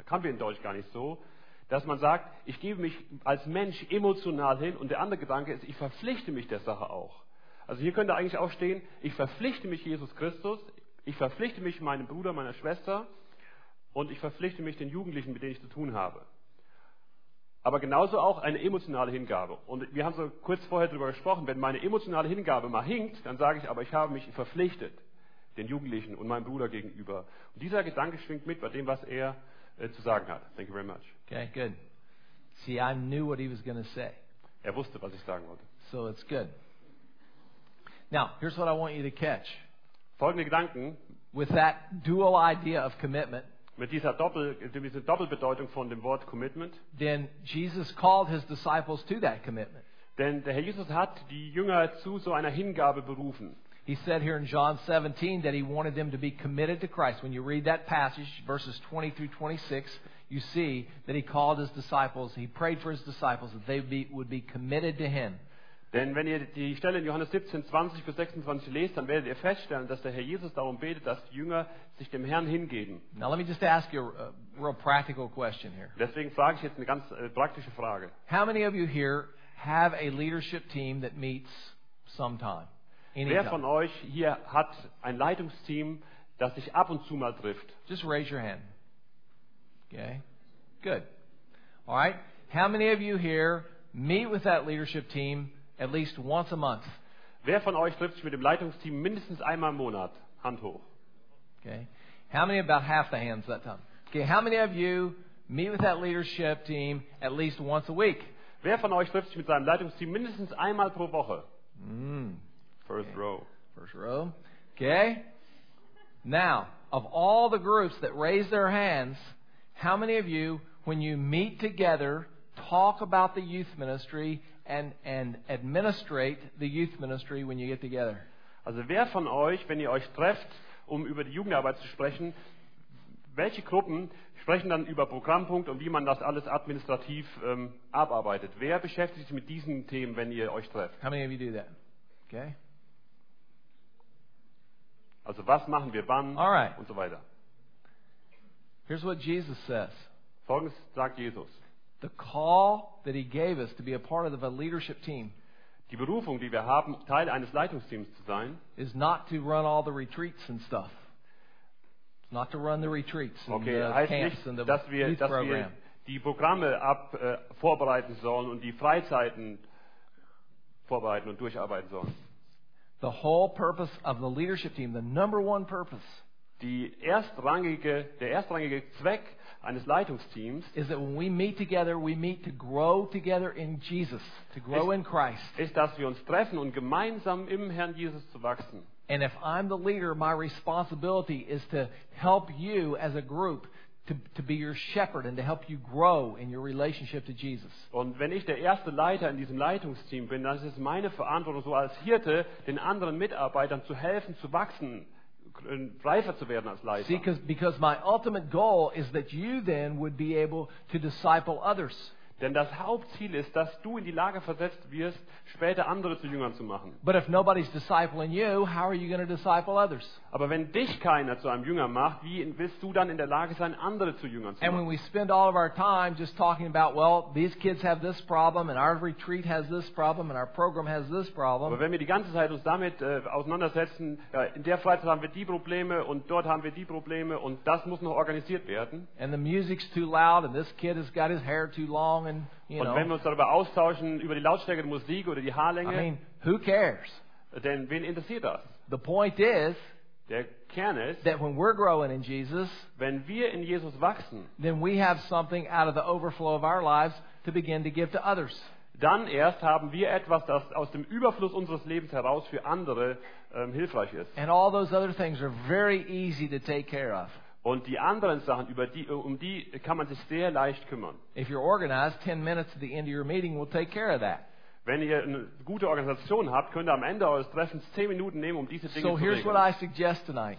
B: kann wir in Deutsch gar nicht so, dass man sagt, ich gebe mich als Mensch emotional hin und der andere Gedanke ist, ich verpflichte mich der Sache auch. Also hier könnte eigentlich auch stehen, ich verpflichte mich Jesus Christus, ich verpflichte mich meinem Bruder, meiner Schwester und ich verpflichte mich den Jugendlichen, mit denen ich zu tun habe. Aber genauso auch eine emotionale Hingabe. Und wir haben so kurz vorher darüber gesprochen, wenn meine emotionale Hingabe mal hinkt, dann sage ich, aber ich habe mich verpflichtet den Jugendlichen und meinem Bruder gegenüber. Und dieser Gedanke schwingt mit bei dem, was er äh, zu sagen hat. Thank you very much.
A: Okay, good. See, I knew what he was going to say.
B: Er wusste, was ich sagen wollte.
A: So it's good. Now, here's what I want you to catch.
B: Folgende Gedanken
A: With that dual idea of commitment,
B: mit dieser Doppel, mit dieser Doppelbedeutung von dem Wort Commitment.
A: then Jesus called his disciples to that commitment.
B: Denn der Herr Jesus hat die Jünger zu so einer Hingabe berufen.
A: He said here in John 17 that he wanted them to be committed to Christ. When you read that passage, verses 20 through 26, you see that he called his disciples, he prayed for his disciples that they be, would be committed to him.
B: Denn wenn ihr die Stelle in Johannes 17, 20 bis 26 lest, dann werdet ihr feststellen, dass der Herr Jesus darum betet, dass die Jünger sich dem Herrn hingeben.
A: Now, let me just ask you a a real practical question here.
B: Deswegen frage ich jetzt eine ganz äh, praktische Frage.
A: How many of you here have a leadership team that meets sometime?
B: Wer von
A: Anytime?
B: euch hier hat ein Leitungsteam, das sich ab und zu mal trifft?
A: Just raise your hand. Okay? Good. All right. How many of you here meet with that leadership team at least once a month?
B: Wer von euch trifft sich mit dem Leitungsteam mindestens einmal im Monat? Hand hoch.
A: Okay? How many? About half the hands that time. Okay. How many of you meet with that leadership team at least once a week?
B: Wer von euch trifft sich mit seinem Leitungsteam mindestens einmal pro Woche?
A: Mm,
B: First row.
A: First row. Okay? Now, of all the groups that raise their hands, how many of you, when you meet together, talk about the youth ministry and, and administrate the youth ministry when you get together?
B: Also wer von euch, wenn ihr euch trefft, um über die Jugendarbeit zu sprechen, welche Gruppen sprechen dann über Programmpunkt und wie man das alles administrativ ähm, abarbeitet? Wer beschäftigt sich mit diesen Themen, wenn ihr euch trefft?
A: How many of you do that? Okay?
B: Also was machen wir wann
A: Alright.
B: und so weiter.
A: Here's what Jesus says
B: Folgendes sagt Jesus.
A: The call that he gave us to be a part of a leadership team
B: Die Berufung, die wir haben, Teil eines Leitungsteams zu sein,
A: is not to run all the retreats and stuff. It's not to run the retreats and
B: okay,
A: the
B: heißt
A: camps
B: nicht,
A: and the
B: dass wir,
A: youth
B: dass
A: program.
B: wir die Programme ab, äh, vorbereiten sollen und die Freizeiten vorbereiten und durcharbeiten sollen.
A: The whole purpose of the leadership team, the number one purpose,
B: Die erstrangige, der erstrangige Zweck eines Leitungsteams
A: is that when we meet together, we meet to grow together in Jesus, to grow
B: It's-
A: in Christ.
B: ist, dass wir uns treffen und gemeinsam im Herrn Jesus zu wachsen.
A: And if I'm the leader, my responsibility is to help you as a group to, to be your shepherd and to help you grow in your relationship to Jesus.
B: Und wenn ich der erste Leiter in diesem Leitungsteam bin, dann ist es meine Verantwortung, so als Hirte den anderen Mitarbeitern zu helfen, zu wachsen, gr- reifer zu werden als Leiter.
A: See, 'cause- because my ultimate goal is that you then would be able to disciple others.
B: Denn das Hauptziel ist, dass du in die Lage versetzt wirst, später andere zu Jüngern zu machen.
A: But if nobody's discipling you, how are you going to disciple others?
B: Aber wenn dich keiner zu einem Jünger macht, wie willst du dann in der Lage sein, andere zu Jüngern zu
A: And
B: machen?
A: when we spend all of our time just talking about, well, these kids have this problem, and our retreat has this problem, and our program has this
B: Aber
A: problem,
B: wenn wir die ganze Zeit uns damit äh, auseinandersetzen, ja, in der Freizeit haben wir die Probleme und dort haben wir die Probleme und das muss noch organisiert werden.
A: and the music's too loud, and this kid has got his hair too long, and, you
B: Und wenn wir
A: know,
B: uns darüber austauschen, über die Lautstärke der Musik oder die Haarlänge,
A: I mean, who cares?
B: denn wen interessiert das?
A: The point is
B: Der Kern ist,
A: that when we're growing in Jesus,
B: wenn wir in Jesus wachsen,
A: then we have something out of the overflow of our lives to begin to give to others.
B: dann erst haben wir etwas, das aus dem Überfluss unseres Lebens heraus für andere ähm, hilfreich ist.
A: And all those other things are very easy to take care of.
B: Und die anderen Sachen, über die, um die kann man sich sehr leicht kümmern.
A: If you're organized, 10 minutes at the end of your meeting will take care of that.
B: Wenn ihr eine gute Organisation habt, könnt ihr am Ende eures Treffens zehn Minuten nehmen, um diese Dinge
A: So
B: zu
A: here's what
B: regeln.
A: I suggest tonight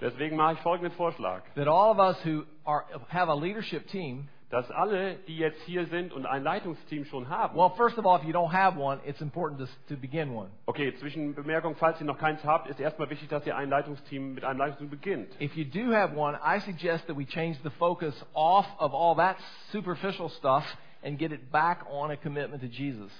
B: Deswegen mache ich folgenden Vorschlag,
A: that all of us who are, have a leadership team,
B: dass alle, die jetzt hier sind und ein Leitungsteam schon haben,
A: well, first of all, if you don't have one, it's important to, to begin one.
B: Okay, Zwischenbemerkung, falls ihr noch keins habt, ist erstmal wichtig, dass ihr ein Leitungsteam mit einem Leitungsteam beginnt.
A: If you do have one, I suggest that we change the focus off of all that superficial stuff and get it back on a commitment to Jesus.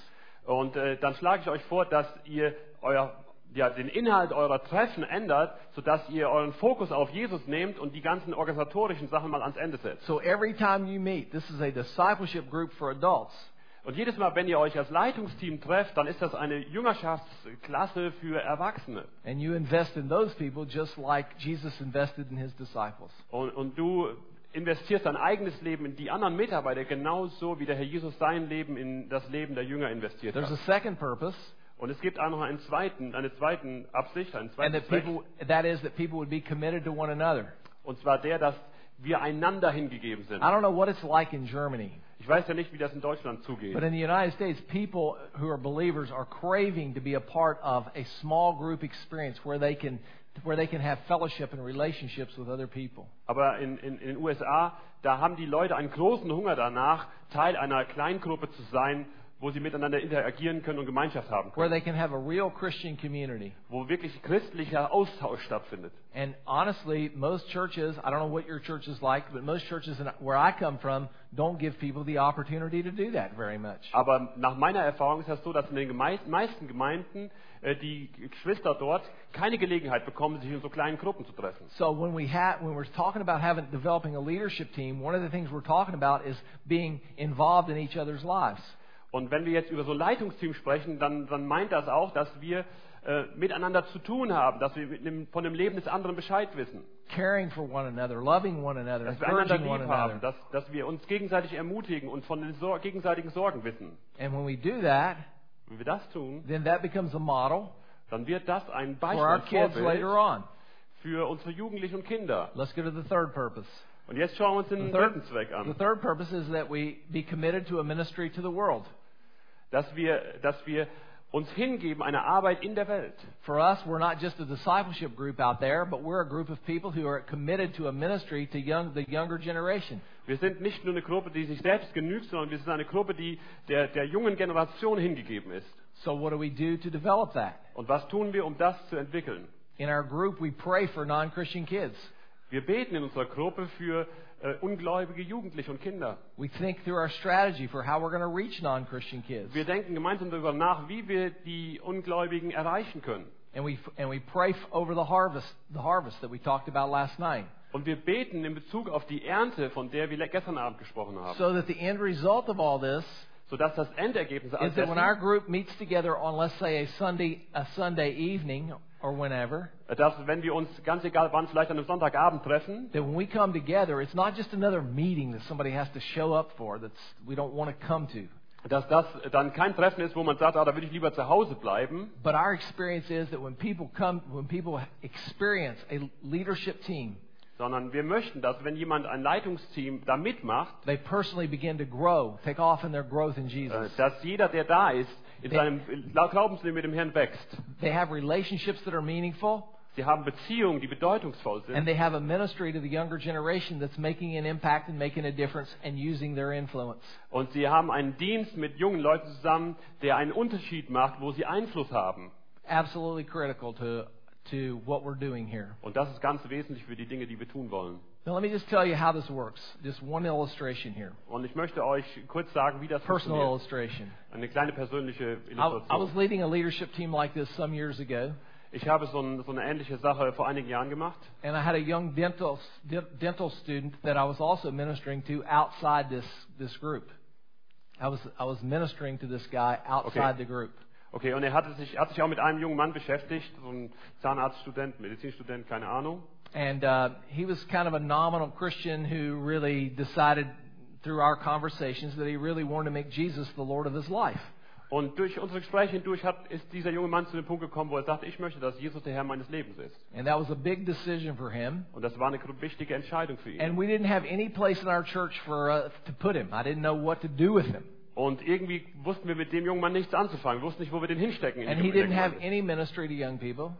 B: Und äh, dann schlage ich euch vor, dass ihr euer, ja, den Inhalt eurer Treffen ändert, sodass ihr euren Fokus auf Jesus nehmt und die ganzen organisatorischen Sachen mal ans Ende setzt.
A: So every time you meet, this is a discipleship group for adults.
B: Und jedes Mal, wenn ihr euch als Leitungsteam trefft, dann ist das eine Jüngerschaftsklasse für Erwachsene.
A: And you invest in those people just like Jesus invested in his disciples.
B: Und, und du investierst dein eigenes Leben in die anderen Mitarbeiter genauso, wie der Herr Jesus sein Leben in das Leben der Jünger investiert hat.
A: There's a second purpose,
B: Und es gibt auch noch einen zweiten, eine zweiten Absicht, einen
A: and
B: zweiten
A: that
B: Zweck.
A: people that is that people would be committed to one another.
B: Und zwar der, dass wir einander hingegeben sind.
A: I don't know what it's like in Germany,
B: Ich weiß ja nicht, wie das in Deutschland zugeht.
A: but in the United States, people who are believers are craving to be a part of a small group experience where they can where they can have fellowship and relationships with other people.
B: Aber in, in, in den USA, da haben die Leute einen großen Hunger danach, Teil einer Kleingruppe zu sein, wo sie miteinander interagieren können und Gemeinschaft haben
A: Where
B: können.
A: they can have a real Christian community.
B: Wo wirklich christlicher Austausch stattfindet.
A: And honestly, most churches, I don't know what your church is like, but most churches in- where I come from don't give people the opportunity to do that very much.
B: Aber nach meiner Erfahrung ist das so, dass in den gemei- meisten Gemeinden äh, die Geschwister dort keine Gelegenheit bekommen, sich in so kleinen Gruppen zu treffen.
A: So when we have, when we're talking about having developing a leadership team, one of the things we're talking about is being involved in each other's lives.
B: Und wenn wir jetzt über so ein Leitungsteam sprechen, dann, dann meint das auch, dass wir äh, miteinander zu tun haben, dass wir mit dem, von dem Leben des anderen Bescheid wissen,
A: caring for one another, loving one another,
B: dass wir einander
A: encouraging one
B: lieb haben,
A: another.
B: dass, dass wir uns gegenseitig ermutigen und von den Sor gegenseitigen Sorgen wissen.
A: And when we do that,
B: Wenn wir das tun,
A: then that becomes a model
B: dann wird das ein
A: for our
B: Beispiel ein
A: kids later
B: Vorbild
A: on.
B: für unsere Jugendlichen und Kinder.
A: Let's go to the third purpose.
B: Und jetzt schauen wir uns
A: The
B: den
A: third-
B: dritten Zweck
A: The
B: an,
A: third purpose is that we be committed to a ministry to the world.
B: dass wir, dass wir uns hingeben einer Arbeit in der Welt.
A: For us, we're not just a discipleship group out there, but we're a group of people who are committed to a ministry to young, the younger generation.
B: Wir sind nicht nur eine Gruppe, die sich selbst genügt, sondern wir sind eine Gruppe, die der, der jungen Generation hingegeben ist.
A: So what do we do to develop that?
B: Und was tun wir, um das zu entwickeln?
A: In our group, we pray for non Christian kids.
B: Wir beten in unserer Gruppe für äh, ungläubige Jugendliche und Kinder.
A: We think through our strategy for how we're going to reach non Christian kids.
B: Wir denken gemeinsam darüber nach, wie wir die Ungläubigen erreichen können.
A: And we, and we pray f- over the harvest, the harvest that we talked about last night,
B: Und wir beten in Bezug auf die Ernte, von der wir le- gestern Abend gesprochen haben.
A: so that the end result of all this
B: Sodass das Endergebnis all
A: is that
B: dessen,
A: when our group meets together on, let's say, a Sunday, a Sunday evening or whenever,
B: dass wenn wir uns, ganz egal wann, vielleicht an einem Sonntagabend treffen,
A: that when we come together, it's not just another meeting that somebody has to show up for that we don't want to come to.
B: dass das dann kein Treffen ist, wo man sagt, ah, da würde ich lieber zu Hause bleiben.
A: But our experience is that when people come, when people experience a leadership team,
B: Sondern wir möchten, dass wenn jemand ein Leitungsteam da mitmacht,
A: they personally begin to grow, take off in their growth in
B: äh,
A: Jesus.
B: dass jeder, der da ist, in
A: Ja.
B: seinem Glaubensleben mit dem Herrn wächst.
A: They have relationships that are meaningful,
B: Sie haben Beziehungen, die bedeutungsvoll sind.
A: and they have a ministry to the younger generation that's making an impact and making a difference and using their influence.
B: Und sie haben einen Dienst mit jungen Leuten zusammen, der einen Unterschied macht, wo sie Einfluss haben.
A: Absolutely critical to, to what we're doing here.
B: Und das ist ganz wesentlich für die Dinge, die wir tun wollen.
A: Now, let me just tell you how this works. Just one illustration here,
B: Und ich möchte euch kurz sagen, wie das
A: personal
B: funktioniert.
A: illustration.
B: Eine kleine persönliche
A: I, I was
B: Illustration.
A: leading a leadership team like this some years ago.
B: Ich habe so, ein, so eine ähnliche Sache vor einigen Jahren gemacht.
A: And I had a young dental de- dental student that I was also ministering to outside this this group. I was I was ministering to this guy outside
B: Okay.
A: the group.
B: Okay, und er hatte sich, hat sich auch mit einem jungen Mann beschäftigt, so ein Zahnarztstudent, Medizinstudent, keine Ahnung.
A: And uh, he was kind of a nominal Christian who really decided through our conversations that he really wanted to make Jesus the Lord of his life.
B: Und durch unsere Gespräche hindurch hat, ist dieser junge Mann zu dem Punkt gekommen, wo er sagt, ich möchte, dass Jesus der Herr meines Lebens ist.
A: And that was a big decision for him.
B: Und das war eine gro- wichtige Entscheidung für ihn.
A: And we didn't have any place in our church for uh, to put him. I didn't know what to do with him.
B: Und irgendwie wussten wir mit dem jungen Mann nichts anzufangen. Wir wussten nicht, wo wir den hinstecken. in
A: And he
B: die
A: didn't have
B: Gemeinde.
A: any ministry to young people.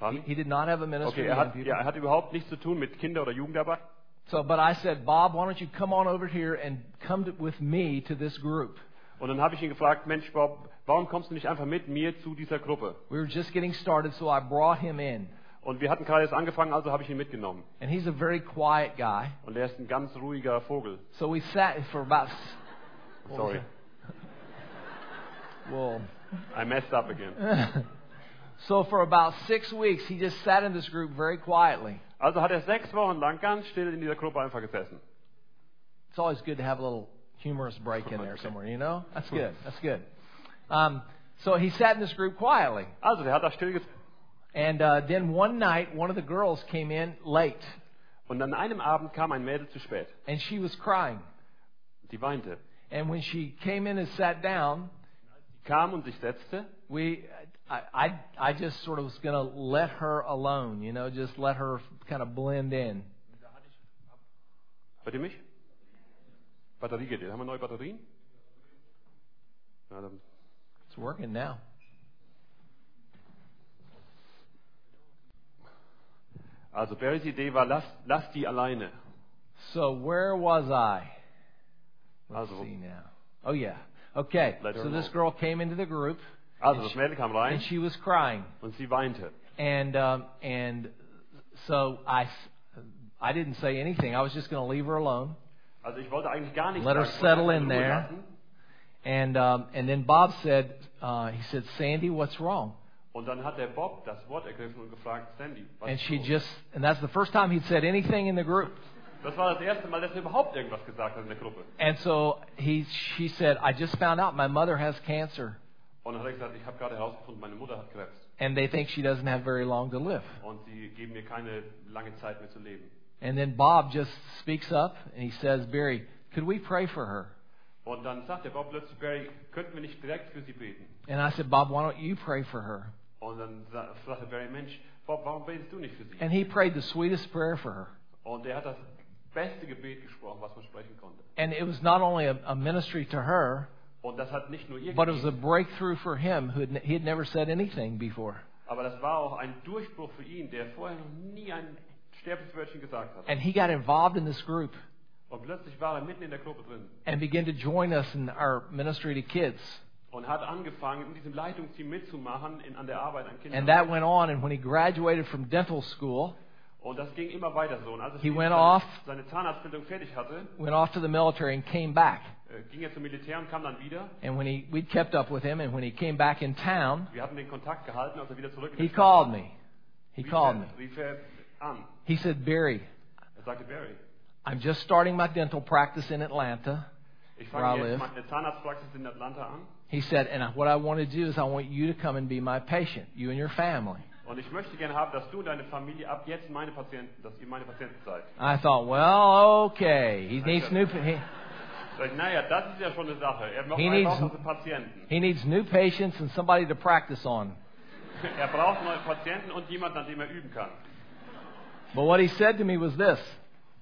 B: Pardon?
A: He did not have a ministry to
B: Okay, er
A: young
B: hat,
A: people.
B: ja, er hat überhaupt nichts zu tun mit Kinder- oder Jugendarbeit.
A: So, but I said, Bob, why don't you come on over here and come to, with me to this group?
B: Und dann habe ich ihn gefragt, Mensch Bob, warum kommst du nicht einfach mit mir zu dieser Gruppe?
A: We were just getting started, so I brought him in.
B: Und wir hatten gerade erst angefangen, also habe ich ihn mitgenommen.
A: And he's a very quiet guy.
B: Und er ist ein ganz ruhiger Vogel.
A: So we sat for about. s- what was
B: Sorry,
A: it? Well,
B: I messed up again.
A: so for about six weeks, he just sat in this group very quietly.
B: Also hat er sechs Wochen lang ganz still in dieser Gruppe einfach gesessen.
A: It's always good to have a little humorous break in there somewhere, you know? That's good. That's good. Um, so he sat in this group quietly.
B: Also der hat da still gesessen.
A: And uh, then one night, one of the girls came in late,
B: Und an einem Abend kam ein Mädel zu spät.
A: and she was crying.
B: Die weinte.
A: And when she came in and sat down,
B: Die kam und sich setzte.
A: we, I, I, I just sort of was going to let her alone, you know, just let her kind of blend in.
B: Hört ihr mich? Batterie geht. jetzt. Haben wir neue Batterien? Ja, dann
A: It's working now.
B: Also Barrys Idee war, lass, lass die alleine.
A: So where was I? Let's
B: Also-
A: see now. Oh yeah. Okay.
B: Let her
A: so this
B: alone.
A: girl came into the group,
B: Also das Mädel kam rein
A: and she was crying,
B: und sie weinte.
A: and um, and so I, s- I didn't say anything. I was just going to leave her alone.
B: Also ich wollte eigentlich gar nichts
A: Let her
B: sagen. Ich wollte
A: settle
B: einfach
A: in
B: Ruhe
A: there.
B: lassen.
A: And um, and then Bob said, uh, he said, Sandy, what's wrong?
B: Und dann hat der Bob das Wort ergriffen und gefragt, Sandy, was
A: And
B: ist
A: she
B: los?
A: just, and that's the first time he'd said anything in the group.
B: Das war das erste Mal, dass er überhaupt irgendwas gesagt hat in der Gruppe.
A: And so he, she said, I just found out my mother has cancer
B: Und dann hat er gesagt, ich habe gerade herausgefunden, meine Mutter hat Krebs.
A: and they think she doesn't have very long to live.
B: Und sie geben mir keine lange Zeit mehr zu leben.
A: And then Bob just speaks up and he says, Barry, could we pray for her?
B: Und dann sagt der Bob plötzlich, Barry, könnten wir nicht direkt für sie beten?
A: And I said, Bob, why don't you pray for her?
B: Und dann sa- sagte Barry, Mensch, Bob, warum betest du nicht für sie?
A: And he prayed the sweetest prayer for her.
B: Und er hat das beste Gebet gesprochen, was man sprechen konnte.
A: And it was not only a, a ministry to her,
B: Und das hat nicht nur ihr
A: but it was a
B: gegeben,
A: breakthrough for him who had, ne- he had never said anything before.
B: aber das war auch ein Durchbruch für ihn, der vorher noch nie ein Sterbenswörtchen gesagt hat.
A: And he got involved in this group
B: Und plötzlich war er mitten in der Gruppe drin
A: and began to join us in our ministry to kids.
B: und hat angefangen, in diesem Leitungsteam mitzumachen in, an der Arbeit an Kindern.
A: And that went on, and when he graduated from dental school,
B: und das ging immer weiter so. Und als er
A: He went
B: seine,
A: off.
B: seine Zahnarztbildung fertig hatte,
A: went off to the military and came back.
B: äh, ging er zum Militär und kam dann wieder.
A: And when he, we'd kept up with him, and when he came back in town,
B: Wir hatten den Kontakt gehalten, als er wieder zurück in
A: he
B: der Stadt
A: called me. He
B: rief
A: called me.
B: er, rief er an.
A: He said, Barry,
B: Er sagte, Barry,
A: I'm just starting my dental practice in Atlanta.
B: ich
A: Where I
B: fange
A: live.
B: jetzt meine Zahnarztpraxis in Atlanta an
A: He said, and I- what I want to do is I want you to come and be my patient, you and your family.
B: und ich möchte gerne haben, dass du und deine Familie ab jetzt meine Patienten, dass ihr meine Patienten seid.
A: I thought, well, okay, he needs new pa- he,
B: Sag ich, naja, das ist ja schon eine Sache. Er braucht
A: He
B: er
A: needs-
B: braucht also Patienten. *laughs*
A: he needs new patients and somebody to practice on.
B: Er braucht neue Patienten und jemanden, an dem er üben kann.
A: But what he said to me was this.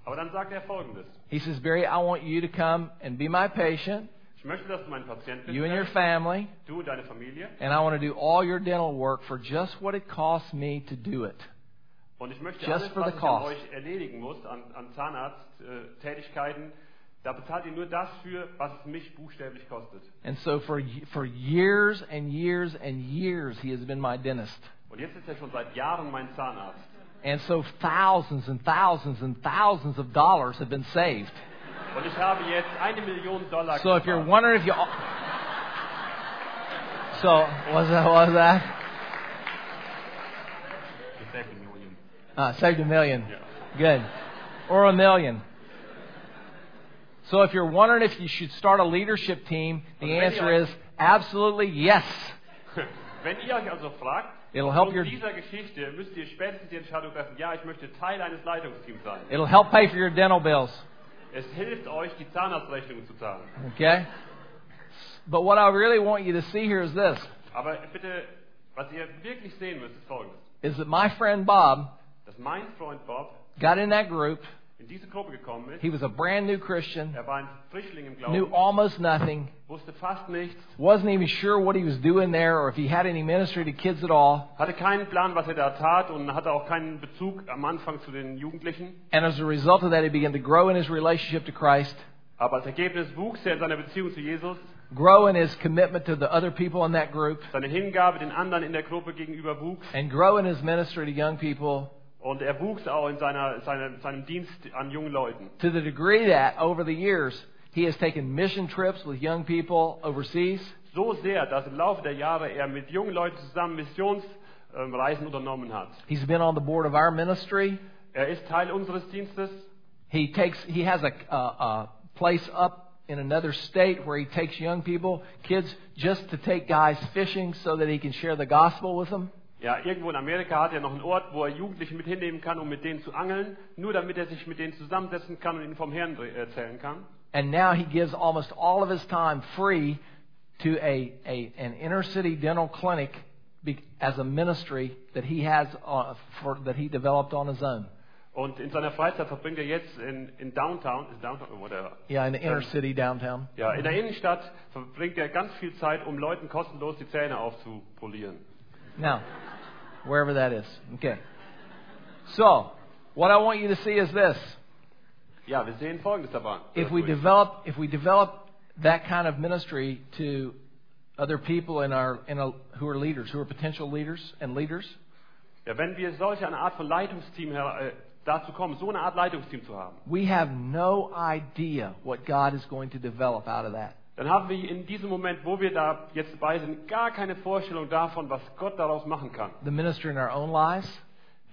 B: Aber dann sagt er folgendes.
A: He says, Barry, I want you to come and be my patient,
B: Ich möchte, dass du mein Patient bist,
A: you and your family,
B: du und deine Familie.
A: and I want to do all your dental work for just what it costs me to do it.
B: Und ich möchte
A: Just
B: alles,
A: for
B: was
A: the
B: ich an
A: cost.
B: euch erledigen muss, an, an Zahnarzttätigkeiten, da bezahlt ihr nur das für, was es mich buchstäblich kostet.
A: And so for, y- for years and years and years, he has been my dentist.
B: Und jetzt ist er schon seit Jahren mein Zahnarzt.
A: And so thousands and thousands and thousands of dollars have been saved.
B: Und ich habe jetzt eine Million Dollar
A: So if you're
B: gespart.
A: wondering if you, *laughs* so was that was that
B: Eine Million.
A: uh, saved a million,
B: Ja. *laughs*
A: good, or a million. So if you're wondering if you should start a leadership team, the answer is absolutely yes.
B: Wenn ihr euch also fragt,
A: It'll help
B: aufgrund
A: your-
B: dieser Geschichte müsst ihr spätestens die Entscheidung treffen, ja, ich möchte Teil eines Leitungsteams sein.
A: It'll help pay for your dental bills.
B: Es hilft euch, die Zahnarztrechnungen zu zahlen.
A: Okay. But what I really want you to see here is this:
B: Aber bitte, was ihr wirklich sehen müsst, ist folgendes.
A: is that my friend Bob
B: Dass mein Freund Bob
A: got in that group.
B: in diese Gruppe gekommen ist.
A: He was a brand new Christian,
B: Er war ein Frischling im
A: knew
B: Glauben,
A: almost nothing,
B: wusste fast nichts,
A: wasn't even sure what he was doing there or if he had any ministry to kids at all.
B: hatte keinen Plan, was er da tat und hatte auch keinen Bezug am Anfang zu den Jugendlichen.
A: And as a result of that, he began to grow in his relationship to Christ,
B: Aber als Ergebnis wuchs er in seiner Beziehung zu Jesus,
A: grow in his commitment to the other people in that group,
B: seine Hingabe den anderen in der Gruppe gegenüber wuchs
A: and grow in his ministry to young people
B: und er wuchs auch in seiner, seiner, seinem Dienst an jungen Leuten.
A: to the degree that over the years, he has taken mission trips with young people overseas.
B: So sehr, dass im Laufe der Jahre er mit jungen Leuten zusammen Missionsreisen ähm, unternommen hat.
A: He's been on the board of our ministry.
B: Er ist Teil unseres Dienstes.
A: He takes he has a, a, a place up in another state where he takes young people, kids, just to take guys fishing so that he can share the gospel with them.
B: Ja, irgendwo in Amerika hat er noch einen Ort, wo er Jugendliche mit hinnehmen kann, um mit denen zu angeln, nur damit er sich mit denen zusammensetzen kann und ihnen vom Herrn re- erzählen kann.
A: And now he gives almost all of his time free to a, a an inner city dental clinic be, as a ministry that he has uh, for, that he developed on his own.
B: Und in seiner Freizeit verbringt er jetzt in, in Downtown, ist Downtown oder
A: Yeah, in the inner city downtown.
B: ja, in der Innenstadt verbringt er ganz viel Zeit, um Leuten kostenlos die Zähne aufzupolieren.
A: Now, wherever that is. Okay. So, what I want you to see is this.
B: Ja, wir sehen Folgendes dabei.
A: if we develop if we develop that kind of ministry to other people in our in a, who are leaders who are potential leaders and leaders
B: Ja, wenn wir solch eine Art von Leitungsteam her, äh, dazu kommen, so eine Art Leitungsteam zu haben,
A: we have no idea what God is going to develop out of that
B: dann haben wir in diesem Moment, wo wir da jetzt dabei sind, gar keine Vorstellung davon, was Gott daraus machen kann.
A: the ministry in our own lives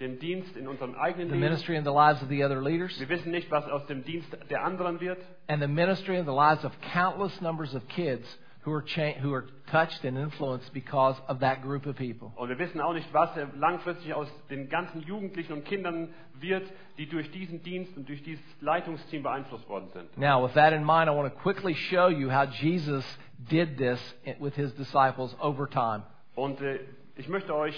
B: Dem Dienst in unserem eigenen
A: the
B: Leben.
A: ministry in the lives of the other leaders
B: Wir wissen nicht, was aus dem Dienst der anderen wird.
A: and the ministry in the lives of countless numbers of kids who are cha- who are touched and influenced because of that group of people
B: Und wir wissen auch nicht, was äh, langfristig aus den ganzen Jugendlichen und Kindern wird, die durch diesen Dienst und durch dieses Leitungsteam beeinflusst worden sind.
A: Now, with that in mind, I want to quickly show you how Jesus did this with his disciples over time.
B: Und äh, ich möchte euch,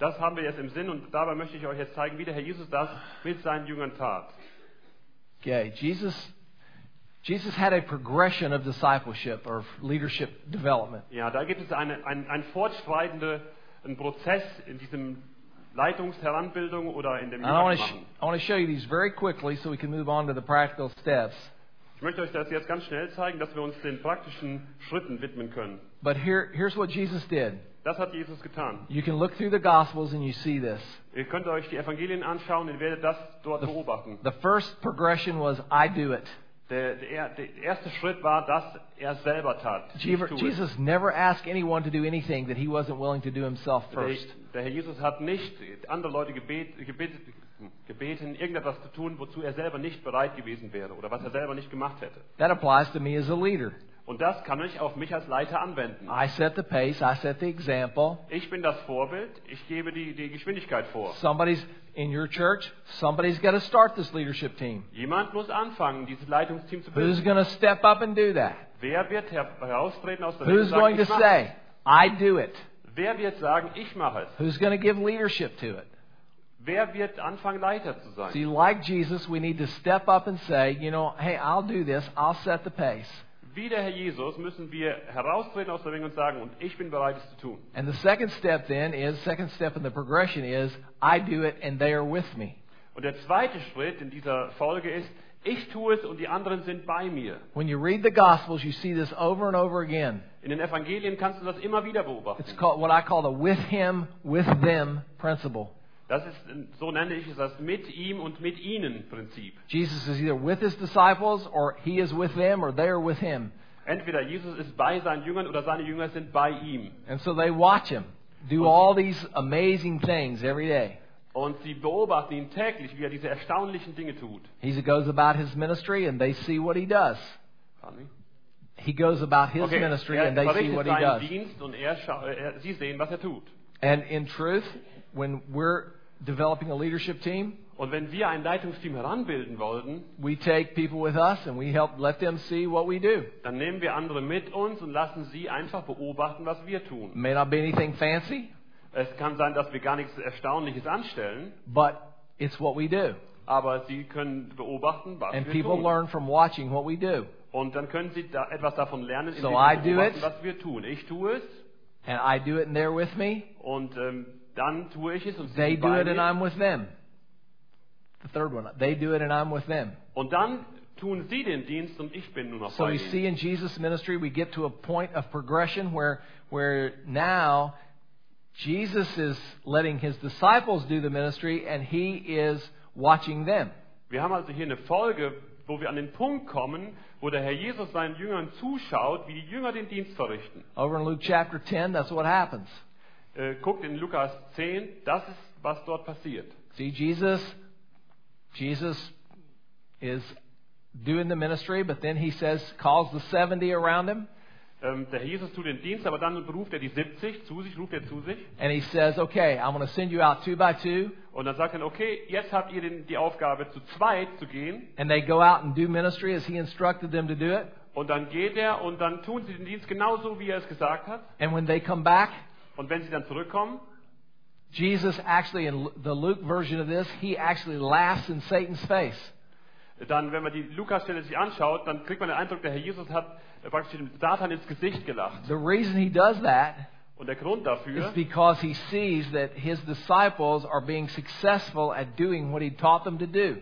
B: das haben wir jetzt im Sinn und dabei möchte ich euch jetzt zeigen, wie der Herr Jesus das mit seinen Jüngern tat.
A: Okay, Jesus, Jesus had a progression of discipleship or leadership development.
B: Ja, da gibt es eine, ein, ein fortschreitende, einen Prozess in diesem Leitungsheranbildung oder in dem
A: And I want, to sh-
B: Jüngermachen.
A: I want to show you these very quickly so we can move on to the practical steps.
B: Ich möchte euch das jetzt ganz schnell zeigen, dass wir uns den praktischen Schritten widmen können.
A: But here, here's what Jesus did.
B: Das hat Jesus getan.
A: You can look through the Gospels and you see this.
B: Ihr könnt euch die Evangelien anschauen und werdet das dort beobachten.
A: The first progression was, I do it.
B: Der, der, der erste Schritt war, dass er selber tat. Ich
A: Jever-
B: tue es.
A: Jesus never asked anyone to do anything that he wasn't willing to do himself
B: Der,
A: first.
B: der Herr Jesus hat nicht andere Leute gebet, gebetet, gebeten, irgendetwas zu tun, wozu er selber nicht bereit gewesen wäre oder was er selber nicht gemacht hätte.
A: That applies to me as a leader.
B: Und das kann ich auf mich als Leiter anwenden.
A: I set the pace, I set the example.
B: Ich bin das Vorbild, ich gebe die, die Geschwindigkeit vor.
A: Somebody's in your church, somebody's got to start this leadership team.
B: Jemand muss anfangen, dieses Leitungsteam zu
A: Who's
B: bilden.
A: going to step up and do that?
B: Wer wird her- heraustreten aus der Mitte und
A: Who's
B: sagen,
A: going to
B: ich mache es?
A: say, I do it?
B: Wer wird sagen, ich mache es?
A: Who's going to give leadership to it?
B: Wer wird anfangen, Leiter zu sein?
A: See, like Jesus, we need to step up and say, you know, hey, I'll do this, I'll set the pace.
B: Wie der Herr Jesus müssen wir heraustreten aus der Menge und sagen, und ich bin bereit, es zu tun.
A: And the second step then is, second step in the progression is, I do it and they are with me.
B: Und der zweite Schritt in dieser Folge ist, ich tue es und die anderen sind bei mir.
A: When you read the Gospels, you see this over and over again.
B: In den Evangelien kannst du das immer wieder
A: It's
B: beobachten.
A: called what I call the with him, with them principle.
B: Das ist, so nenne ich es, das mit ihm und mit ihnen Prinzip.
A: Jesus is either with his disciples or he is with them or they are with him.
B: Entweder Jesus ist bei seinen Jüngern oder seine Jünger sind bei ihm.
A: And so they watch him do all these amazing things every day.
B: Und sie beobachten ihn täglich, wie er diese erstaunlichen Dinge tut.
A: He goes about his ministry and they see what he does.
B: Pardon me?
A: He goes about his
B: Okay,
A: ministry
B: er
A: and they see
B: verrichtet
A: what he
B: seinen
A: does.
B: Dienst und er, scha- er, sie sehen, was er tut.
A: And in truth, when we're developing a leadership team,
B: Und wenn wir ein Leitungsteam heranbilden wollten,
A: we take people with us and we help let them see what we do.
B: dann nehmen wir andere mit uns und lassen sie einfach beobachten, was wir
A: It
B: tun.
A: may not be anything fancy,
B: Es kann sein, dass wir gar nichts Erstaunliches anstellen,
A: but it's what we do.
B: aber sie können beobachten, was
A: And
B: wir
A: people
B: tun.
A: learn from watching what we do.
B: Und dann können sie da etwas davon lernen, indem
A: So I
B: sie
A: do
B: beobachten,
A: it.
B: was wir tun. Ich tue es
A: And I do it and they're with me.
B: und ähm, dann tue ich es und sie
A: They
B: sind
A: do
B: bei
A: it and
B: mir.
A: I'm with them. The third one, they do it and I'm with them.
B: Und dann tun sie den Dienst und ich bin nur noch
A: So
B: bei
A: we
B: ihnen.
A: see in Jesus' ministry, we get to a point of progression where, where now Jesus is letting his disciples do the ministry and he is watching them.
B: Wir haben also hier eine Folge, wo wir an den Punkt kommen, wo der Herr Jesus seinen Jüngern zuschaut, wie die Jünger den Dienst verrichten.
A: Over in Luke chapter 10, that's what happens.
B: Äh, guckt in Lukas 10, das ist, was dort passiert.
A: See, Jesus, Jesus is doing the ministry, but then he says, calls the 70 around him
B: Ähm, der Herr Jesus tut den Dienst, aber dann beruft er die 70 zu sich, ruft er zu sich
A: and he says, okay, I'm going to send you out two by two.
B: und dann sagt er, okay, jetzt habt ihr den, die Aufgabe, zu zweit zu gehen
A: And they go out and do ministry as he instructed them to do it.
B: und dann geht er und dann tun sie den Dienst genauso, wie er es gesagt hat
A: And when they come back,
B: und wenn sie dann zurückkommen,
A: Jesus actually, in the Luke version of this, he actually laughs in Satan's face.
B: dann, wenn man die Lukas-Stelle sich anschaut, dann kriegt man den Eindruck, der Herr Jesus hat äh, praktisch dem Satan ins Gesicht gelacht.
A: The reason he does that
B: Und der Grund
A: is
B: dafür
A: because he sees that his disciples are being successful at doing what he taught them to do.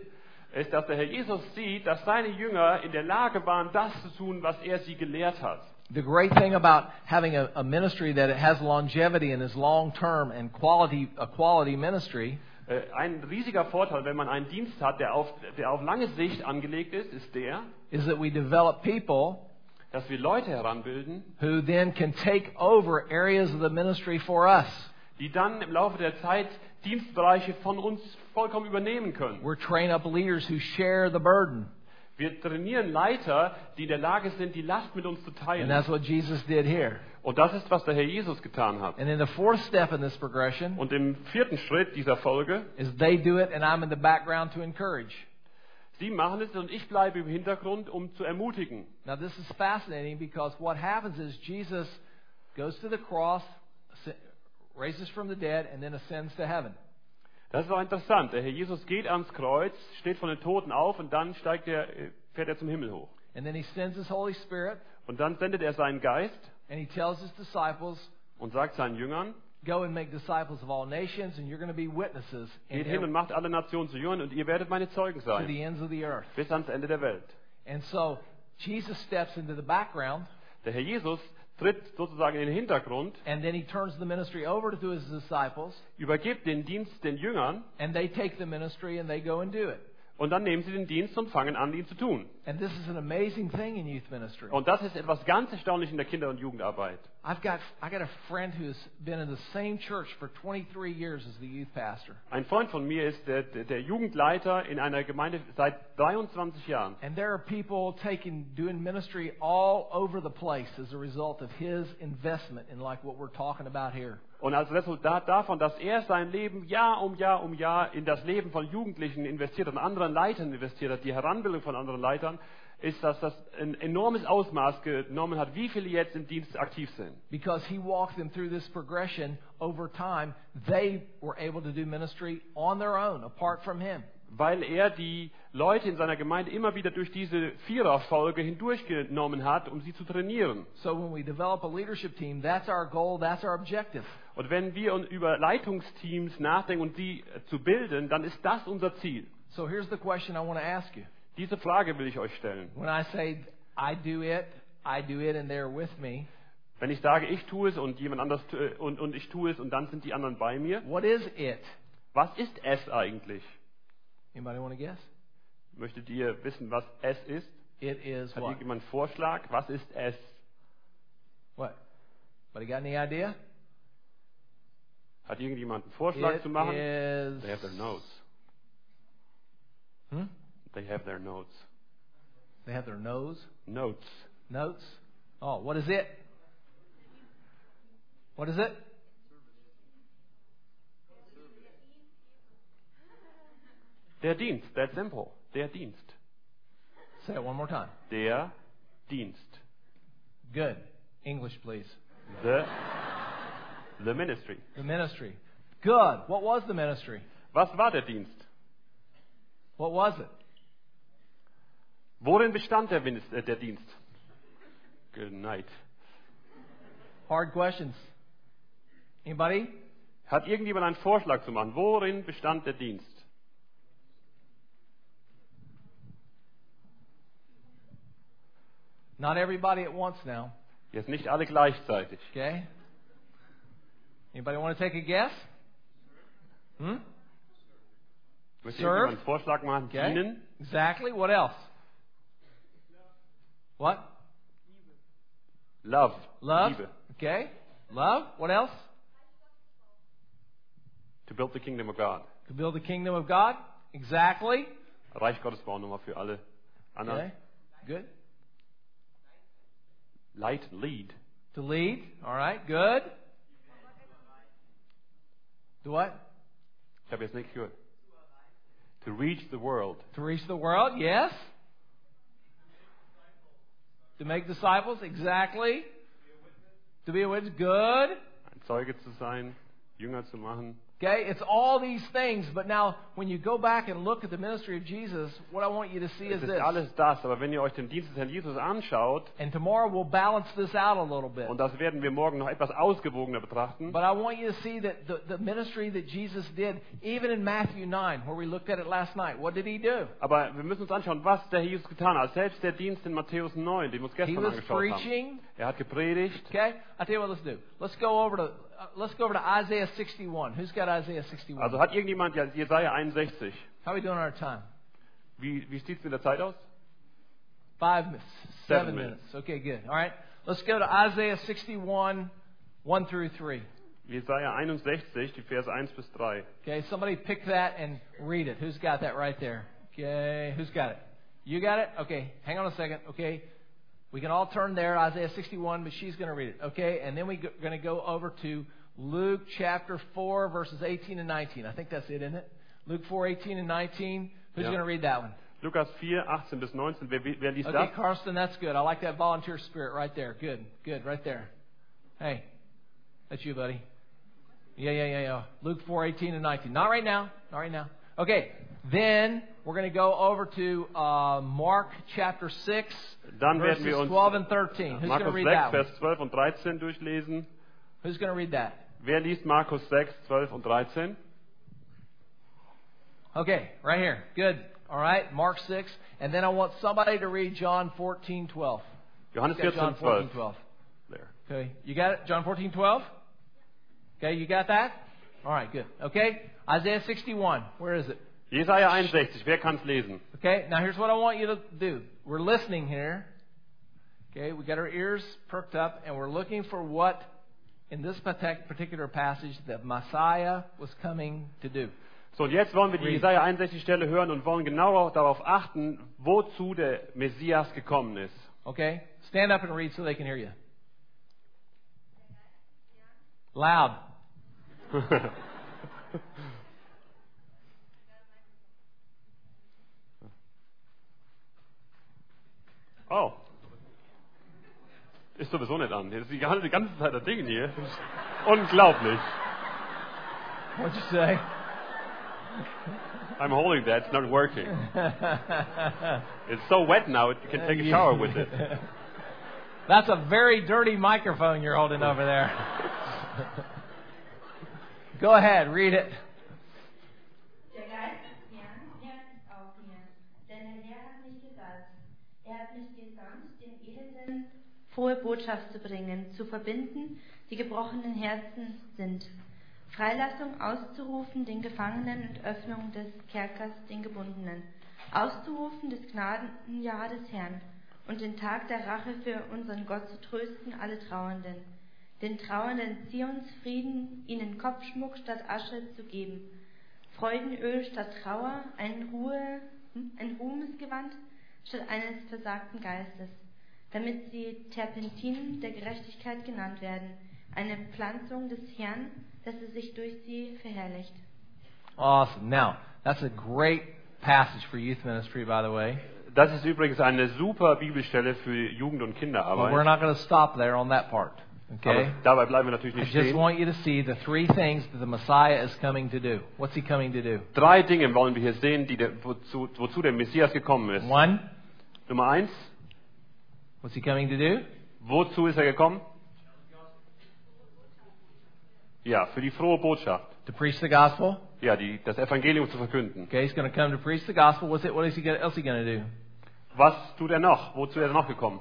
B: ist, dass der Herr Jesus sieht, dass seine Jünger in der Lage waren, das zu tun, was er sie gelehrt hat.
A: The great thing about having a, a ministry that it has longevity and is long term and quality, a quality ministry
B: Äh, Ein riesiger Vorteil, wenn man einen Dienst hat, der auf, der auf lange Sicht angelegt ist, ist der,
A: is that we develop people
B: dass wir Leute heranbilden,
A: who then can take over areas of the ministry for us.
B: die dann im Laufe der Zeit Dienstbereiche von uns vollkommen übernehmen können.
A: We're train up leaders who share the burden.
B: Wir trainieren Leiter, die in der Lage sind, die Last mit uns zu
A: And
B: teilen.
A: that's what Jesus did here.
B: Und das ist, was der Herr Jesus getan hat.
A: And then the fourth step in this progression
B: Und im vierten Schritt dieser Folge,
A: is they do it and I'm in the background to encourage.
B: Sie machen es und ich bleibe im Hintergrund, um zu ermutigen.
A: Now this is fascinating because what happens is Jesus goes to the cross, asc- raises from the dead, and then ascends to heaven.
B: Das ist auch interessant. Der Herr Jesus geht ans Kreuz, steht von den Toten auf und dann steigt er, äh, fährt er zum Himmel hoch.
A: And then he sends his Holy Spirit
B: Und dann sendet er seinen Geist
A: and he tells his disciples,
B: und sagt seinen Jüngern,
A: Go and make disciples of all nations, and you're going to be witnesses in
B: geht hin und
A: every-
B: macht alle Nationen zu Jüngern und ihr werdet meine Zeugen
A: to
B: sein,
A: the ends of the earth.
B: bis ans Ende der Welt.
A: And so Jesus steps into the background
B: Der Herr Jesus tritt sozusagen in den Hintergrund,
A: and then he turns the ministry over to his disciples
B: übergibt den Dienst den Jüngern
A: and they take the ministry and they go and do it.
B: und dann nehmen sie den Dienst und fangen an, ihn zu tun.
A: And this is an amazing thing in youth ministry.
B: Und das ist etwas ganz Erstaunliches in der Kinder- und Jugendarbeit.
A: I've got I got a friend who's been in the same church for 23 years as the youth pastor.
B: Ein Freund von mir ist der, der der Jugendleiter in einer Gemeinde seit 23 Jahren.
A: And there are people taking doing ministry all over the place as a result of his investment in like what we're talking about here.
B: Und als Resultat davon, dass er sein Leben Jahr um Jahr um Jahr in das Leben von Jugendlichen investiert hat, und anderen Leitern investiert hat, die Heranbildung von anderen Leitern, ist, dass das ein enormes Ausmaß genommen hat, wie viele jetzt im Dienst aktiv sind.
A: Because he walked them through this progression over time, they were able to do ministry on their own, apart from him.
B: Weil er die Leute in seiner Gemeinde immer wieder durch diese Viererfolge hindurchgenommen hat, um sie zu trainieren.
A: So when we develop a leadership team, that's our goal, that's our objective.
B: Und wenn wir un- über Leitungsteams nachdenken und sie äh, zu bilden, dann ist das unser Ziel.
A: So here's the question I want to ask you.
B: Diese Frage will ich euch stellen.
A: When I say I do it, I do it and they're with me,
B: Wenn ich sage, ich tue es und jemand anders tu- äh, und, und ich tue es und dann sind die anderen bei mir,
A: what is it?
B: was ist es eigentlich?
A: Anybody want to guess?
B: Möchtet ihr wissen, was es ist?
A: It is
B: Hat
A: what?
B: irgendjemand einen Vorschlag? Was ist es?
A: What? Anybody got any idea?
B: Hat irgendjemand einen Vorschlag
A: It
B: zu machen?
A: is.
B: They have their notes.
A: Hmm?
B: They have their notes.
A: They have their nose
B: Notes.
A: notes. Oh, what is it? What is it?
B: Der Dienst. That's simple. Der Dienst.
A: Say it one more time.
B: Der Dienst.
A: Good. English, please.
B: The, the Ministry.
A: The ministry. Good. What was the ministry?
B: Was war der Dienst?
A: What was it?
B: Worin bestand der, Winst, äh, der Dienst? Good night.
A: Hard questions. Anybody?
B: Hat irgendjemand einen Vorschlag zu machen? Worin bestand der Dienst?
A: Not everybody at once now.
B: Jetzt nicht alle gleichzeitig.
A: Okay? Anybody want to take a guess? Hmm?
B: Möchte
A: Serve.
B: irgendjemand einen Vorschlag machen?
A: Okay.
B: Dienen?
A: Exactly. What else? What?
B: Love.
A: Love.
B: Liebe.
A: Okay. Love. What else?
B: To build the kingdom of God.
A: To build the kingdom of God. Exactly.
B: Reich Gottes bauen nochmal für alle. Anna.
A: Okay. Good.
B: Light and lead.
A: To lead. All right. Good. Do what?
B: Ich habe jetzt nichts gehört. To reach the world.
A: To reach the world. Yes. To make disciples. Exactly. To be a witness. Good.
B: Ein Zeuge zu sein. Jünger zu machen.
A: Okay, it's all these things, but now when you go back and look at the ministry of Jesus, what I want you to see is
B: Es ist
A: this.
B: alles das. Aber wenn ihr euch den Dienst des Herrn Jesus anschaut,
A: And tomorrow we'll balance this out a little bit.
B: und das werden wir morgen noch etwas ausgewogener betrachten,
A: But I want you to see that the, the ministry that Jesus did, even in Matthew 9, where we looked at it last night, what did he do?
B: Aber wir müssen uns anschauen, was der Herr Jesus getan hat. Selbst der Dienst in Matthäus 9, den wir uns
A: He
B: gestern
A: was
B: angeschaut haben.
A: preaching.
B: Er hat gepredigt.
A: Okay, I tell you what, let's do. Let's go over to uh, let's go over to Isaiah 61. Who's got Isaiah 61?
B: Also hat irgendjemand ja, Jesaja 61.
A: How are we doing on our time?
B: Wie, wie sieht es mit der Zeit aus?
A: Five minutes,
B: Seven
A: seven
B: minutes.
A: minutes. Okay, good. All right, let's go to Isaiah 61, one through three.
B: Jesaja 61, die Verse 1 bis 3.
A: Okay, somebody pick that and read it. Who's got that right there? Okay, who's got it? You got it? Okay, hang on a second. Okay, we can all turn there, Isaiah 61, but she's going to read it. Okay, and then we're going to go over to Luke chapter 4, verses 18 and 19. I think that's it, isn't it? Luke 4, 18 and 19. Who's
B: Yeah.
A: going to read that one?
B: Lukas 4, 18 bis 19. Wer, wer liest
A: Okay,
B: das?
A: Carsten, that's good. I like that volunteer spirit right there. Good, good, right there. Hey, that's you, buddy. Yeah, yeah, yeah, yeah. Luke four eighteen and 19. Not right now. Not right now. Okay, then we're going to go over to uh, Mark chapter 6,
B: Dann
A: verses
B: werden wir uns
A: 12 and 13. Who's going to
B: Markus
A: read
B: 6,
A: that one?
B: Vers 12 und 13 durchlesen.
A: Who's going to read that?
B: Wer liest Markus 6, 12 und 13?
A: Okay, right here. Good. All right, Mark 6. And then I want somebody to read John 14, 12.
B: Johannes
A: Okay,
B: 14,
A: John 14,
B: 12.
A: 12.
B: There.
A: Okay, you got it? John 14, 12? Okay, you got that? All right, good. Okay, Isaiah 61. Where is it?
B: Jesaja 61, wer kann es lesen?
A: Okay, now here's what I want you to do. We're listening here. Okay, we got our ears perked up and we're looking for what in this partic- particular passage the Messiah was coming to do.
B: So, und jetzt wollen wir die
A: Read.
B: Jesaja 61 Stelle hören und wollen genauer darauf achten, wozu der Messias gekommen ist. *laughs*
A: Okay? Stand up and read so they can hear you. Loud.
B: oh. Ist sowieso nicht an. Jetzt ist die ganze, die ganze Zeit das Ding hier. Unglaublich.
A: What'd you say?
B: I'm holding that. It's not working. It's so wet now. You can take a shower with it.
A: That's a very dirty microphone you're holding over there. Go ahead, read it.
C: Der Geist des Herrn ist auf mir, denn der Herr hat mich gesalbt. Er hat mich gesandt, den Elenden frohe Botschaft zu bringen, zu verbinden, die gebrochenen Herzen sind. Freilassung auszurufen den Gefangenen und Öffnung des Kerkers den Gebundenen. Auszurufen des Gnadenjahr des Herrn und den Tag der Rache für unseren Gott zu trösten alle Trauernden. Den Trauernden Zions Frieden, ihnen Kopfschmuck statt Asche zu geben. Freudenöl statt Trauer, ein, Ruhe, hm, ein Ruhmesgewand statt eines versagten Geistes, damit sie Terpentinen der Gerechtigkeit genannt werden, eine Pflanzung des Herrn, dass er sich durch sie verherrlicht.
A: Awesome. Now, that's a great passage for youth ministry, by the way.
B: Das ist übrigens eine super Bibelstelle für Jugend- und
A: But we're
B: Kinderarbeit.
A: not going to stop there on that part.
B: Aber
A: Okay?
B: dabei bleiben wir natürlich
A: I
B: nicht
A: just
B: stehen.
A: want you to see the three things that the Messiah is coming to do. What's he coming to do?
B: Drei Dinge wollen wir hier sehen, die der, wozu, wozu der Messias gekommen ist.
A: One,
B: Nummer eins,
A: what's he coming to do?
B: Wozu ist er gekommen? Ja, für die frohe Botschaft.
A: To preach the gospel.
B: Ja, die, das Evangelium zu verkünden.
A: Okay, he's going to come to preach the gospel. What's it, what is he gonna, else he going to do?
B: Was tut er noch? Wozu ist er noch gekommen?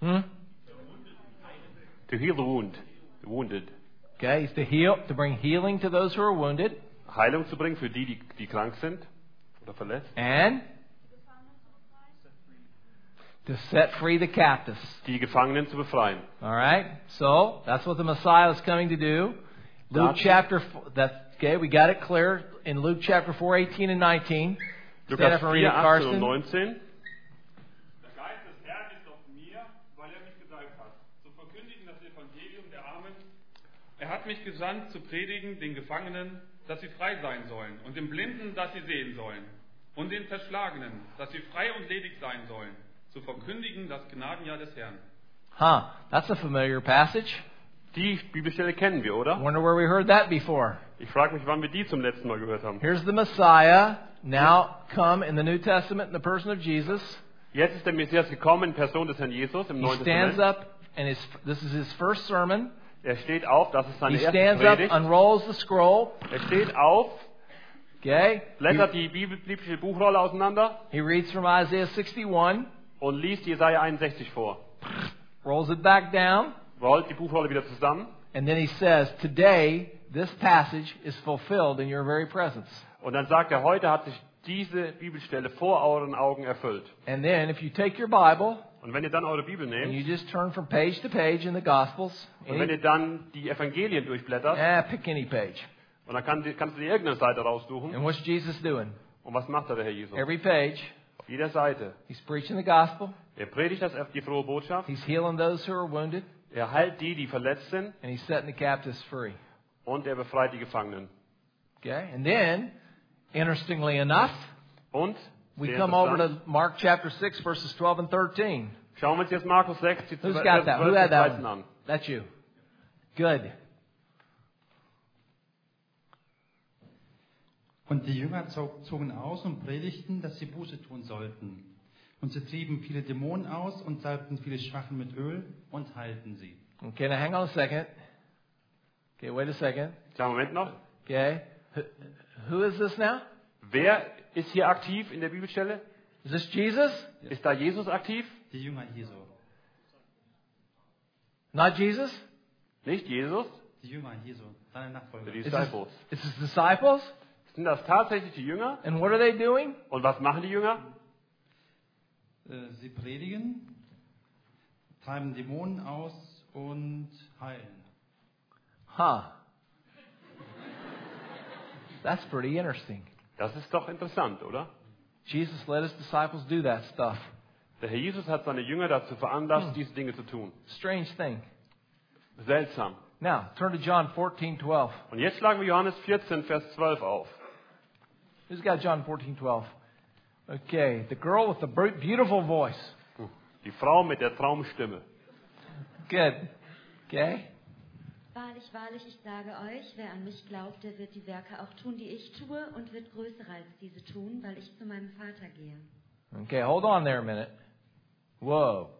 A: Hmm?
B: To heal the wound. The wounded.
A: Okay, he's to heal, to bring healing to those who are wounded,
B: Heilung zu bringen für die, die, die krank sind oder verletzt.
A: and to set free the captives.
B: Die Gefangenen zu befreien.
A: All right, so that's what the Messiah is coming to do. Luke
B: Gotcha.
A: chapter four, that okay, we got it clear in Luke chapter four, eighteen and nineteen. Stand
B: Lukas
A: up and read
B: 4,
A: it,
B: 18
A: Carson.
B: und 19.
D: Der Geist des Herrn ist auf mir, weil er mich gesalbt hat, zu verkündigen das Evangelium der Armen. Er hat mich gesandt, zu predigen den Gefangenen, dass sie frei sein sollen, und den Blinden, dass sie sehen sollen, und den Zerschlagenen, dass sie frei und ledig sein sollen, zu verkündigen das Gnadenjahr des Herrn.
A: Huh, that's a familiar passage.
B: Die Bibelstelle kennen wir, oder?
A: Wonder where we heard that before.
B: Ich frage mich, wann wir die zum letzten Mal gehört haben.
A: Here's the Messiah now come in the New Testament in the person of Jesus.
B: Jetzt ist der Messias gekommen in Person des Herrn Jesus im
A: He
B: Neuen
A: stands
B: Testament.
A: up and his, this is his first sermon.
B: Er steht auf, das ist
A: He
B: seine erste
A: stands up,
B: Predigt.
A: unrolls the scroll.
B: Er steht auf,
A: Okay, he,
B: blättert die Bibel- biblische Buchrolle auseinander
A: he reads from Isaiah 61,
B: und liest Jesaja 61 vor.
A: rolls it back down,
B: Rollt die Buchrolle wieder zusammen
A: and then he says, "Today this passage is fulfilled in your very presence."
B: und dann sagt er, heute hat sich diese Bibelstelle vor euren Augen erfüllt.
A: And then, if you take your Bible
B: Und wenn ihr dann eure Bibel
A: and you
B: nehmt
A: just turn from page to page in the Gospels,
B: und wenn
A: any,
B: ihr dann die Evangelien durchblättert
A: ah, pick any page.
B: und dann kann, kannst du dir irgendeine Seite raussuchen
A: And what's Jesus doing?
B: und was macht da der Herr Jesus?
A: Every page,
B: Auf jeder Seite.
A: he's preaching the gospel.
B: Er predigt das, die frohe Botschaft,
A: He's healing those who are wounded,
B: er heilt die, die verletzt sind
A: and he's setting the captives free.
B: und er befreit die Gefangenen.
A: Okay, and then, interestingly enough,
B: Und
A: we
B: sehr
A: come over
B: interessant,
A: to Mark chapter six, verses twelve and thirteen.
B: schauen wir uns jetzt Markus 6, die
A: Who's
B: 12
A: got that? Who had that
B: 13
A: one?
B: an.
A: That's you. Good.
E: Und die Jünger zog- zogen aus und predigten, dass sie Buße tun sollten. Und sie trieben viele Dämonen aus und salbten viele Schwachen mit Öl und heilten sie.
A: Okay, now hang on a second. Okay, wait a second.
B: Kleinen Moment noch.
A: Okay, Who is this now?
B: Wer ist hier aktiv in der Bibelstelle?
A: Is this Jesus?
B: Ist da Jesus aktiv?
E: Die Jünger Jesu.
A: Not Jesus?
B: Nicht Jesus?
E: Die Jünger Jesu. Seine Nachfolger.
B: Die
A: Is this,
B: Disciples.
A: is this disciples?
B: Sind das tatsächlich die Jünger?
A: And what are they doing?
B: Und was machen die Jünger?
E: Äh, Sie predigen, treiben Dämonen aus und heilen.
A: Huh. That's pretty interesting.
B: Das ist doch interessant, oder?
A: Jesus let his disciples do that stuff.
B: Der Herr Jesus hat seine Jünger dazu veranlasst,
A: Hm.
B: diese Dinge zu tun.
A: Strange thing.
B: Seltsam.
A: Now, turn to John 14, 12.
B: Und jetzt schlagen wir Johannes 14, Vers 12 auf.
A: Who's got John 14, 12? Okay, the girl with the br- beautiful voice.
B: Die Frau mit der Traumstimme.
A: Good. Okay.
F: Wahrlich, wahrlich, ich sage euch, wer an mich glaubt, der wird die Werke auch tun, die ich tue, und wird größere als diese tun, weil ich zu meinem Vater gehe.
A: Okay, hold on there a minute. Whoa.